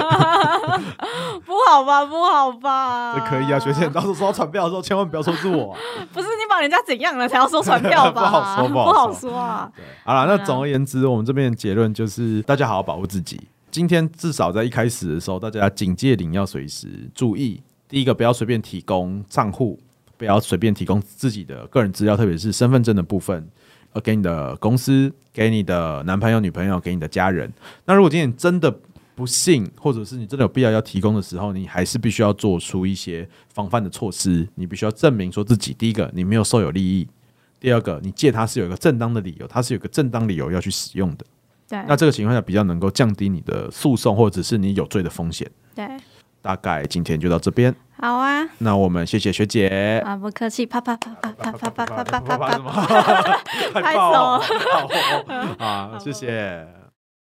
[SPEAKER 1] 不好吧，不好吧？
[SPEAKER 2] 这可以啊。学姐，你到时候收到传票的时候，千万不要说是我、啊。
[SPEAKER 1] 不是你把人家怎样了才要收传票吧？
[SPEAKER 2] [LAUGHS] 不好说不好说
[SPEAKER 1] 说啊。
[SPEAKER 2] 对，好了，那总而言之，我们这边的结论就是，大家好好保护自己。今天至少在一开始的时候，大家警戒铃要随时注意。第一个不要随便提供账户，不要随便提供自己的个人资料，特别是身份证的部分，呃，给你的公司、给你的男朋友、女朋友、给你的家人。那如果今天你真的不幸，或者是你真的有必要要提供的时候，你还是必须要做出一些防范的措施。你必须要证明说自己，第一个你没有受有利益，第二个你借它是有一个正当的理由，它是有一个正当理由要去使用的。
[SPEAKER 1] 对
[SPEAKER 2] 那这个情况下比较能够降低你的诉讼或者是你有罪的风险。
[SPEAKER 1] 对，
[SPEAKER 2] 大概今天就到这边，
[SPEAKER 1] 好啊，
[SPEAKER 2] 那我们谢谢学姐。
[SPEAKER 1] 啊不客气，啪啪啪啪啪啪啪啪啪啪
[SPEAKER 2] 拍
[SPEAKER 1] 啪
[SPEAKER 2] [LAUGHS] 什么？太
[SPEAKER 1] 拍
[SPEAKER 2] 棒
[SPEAKER 1] 手
[SPEAKER 2] 了！好啊，谢谢。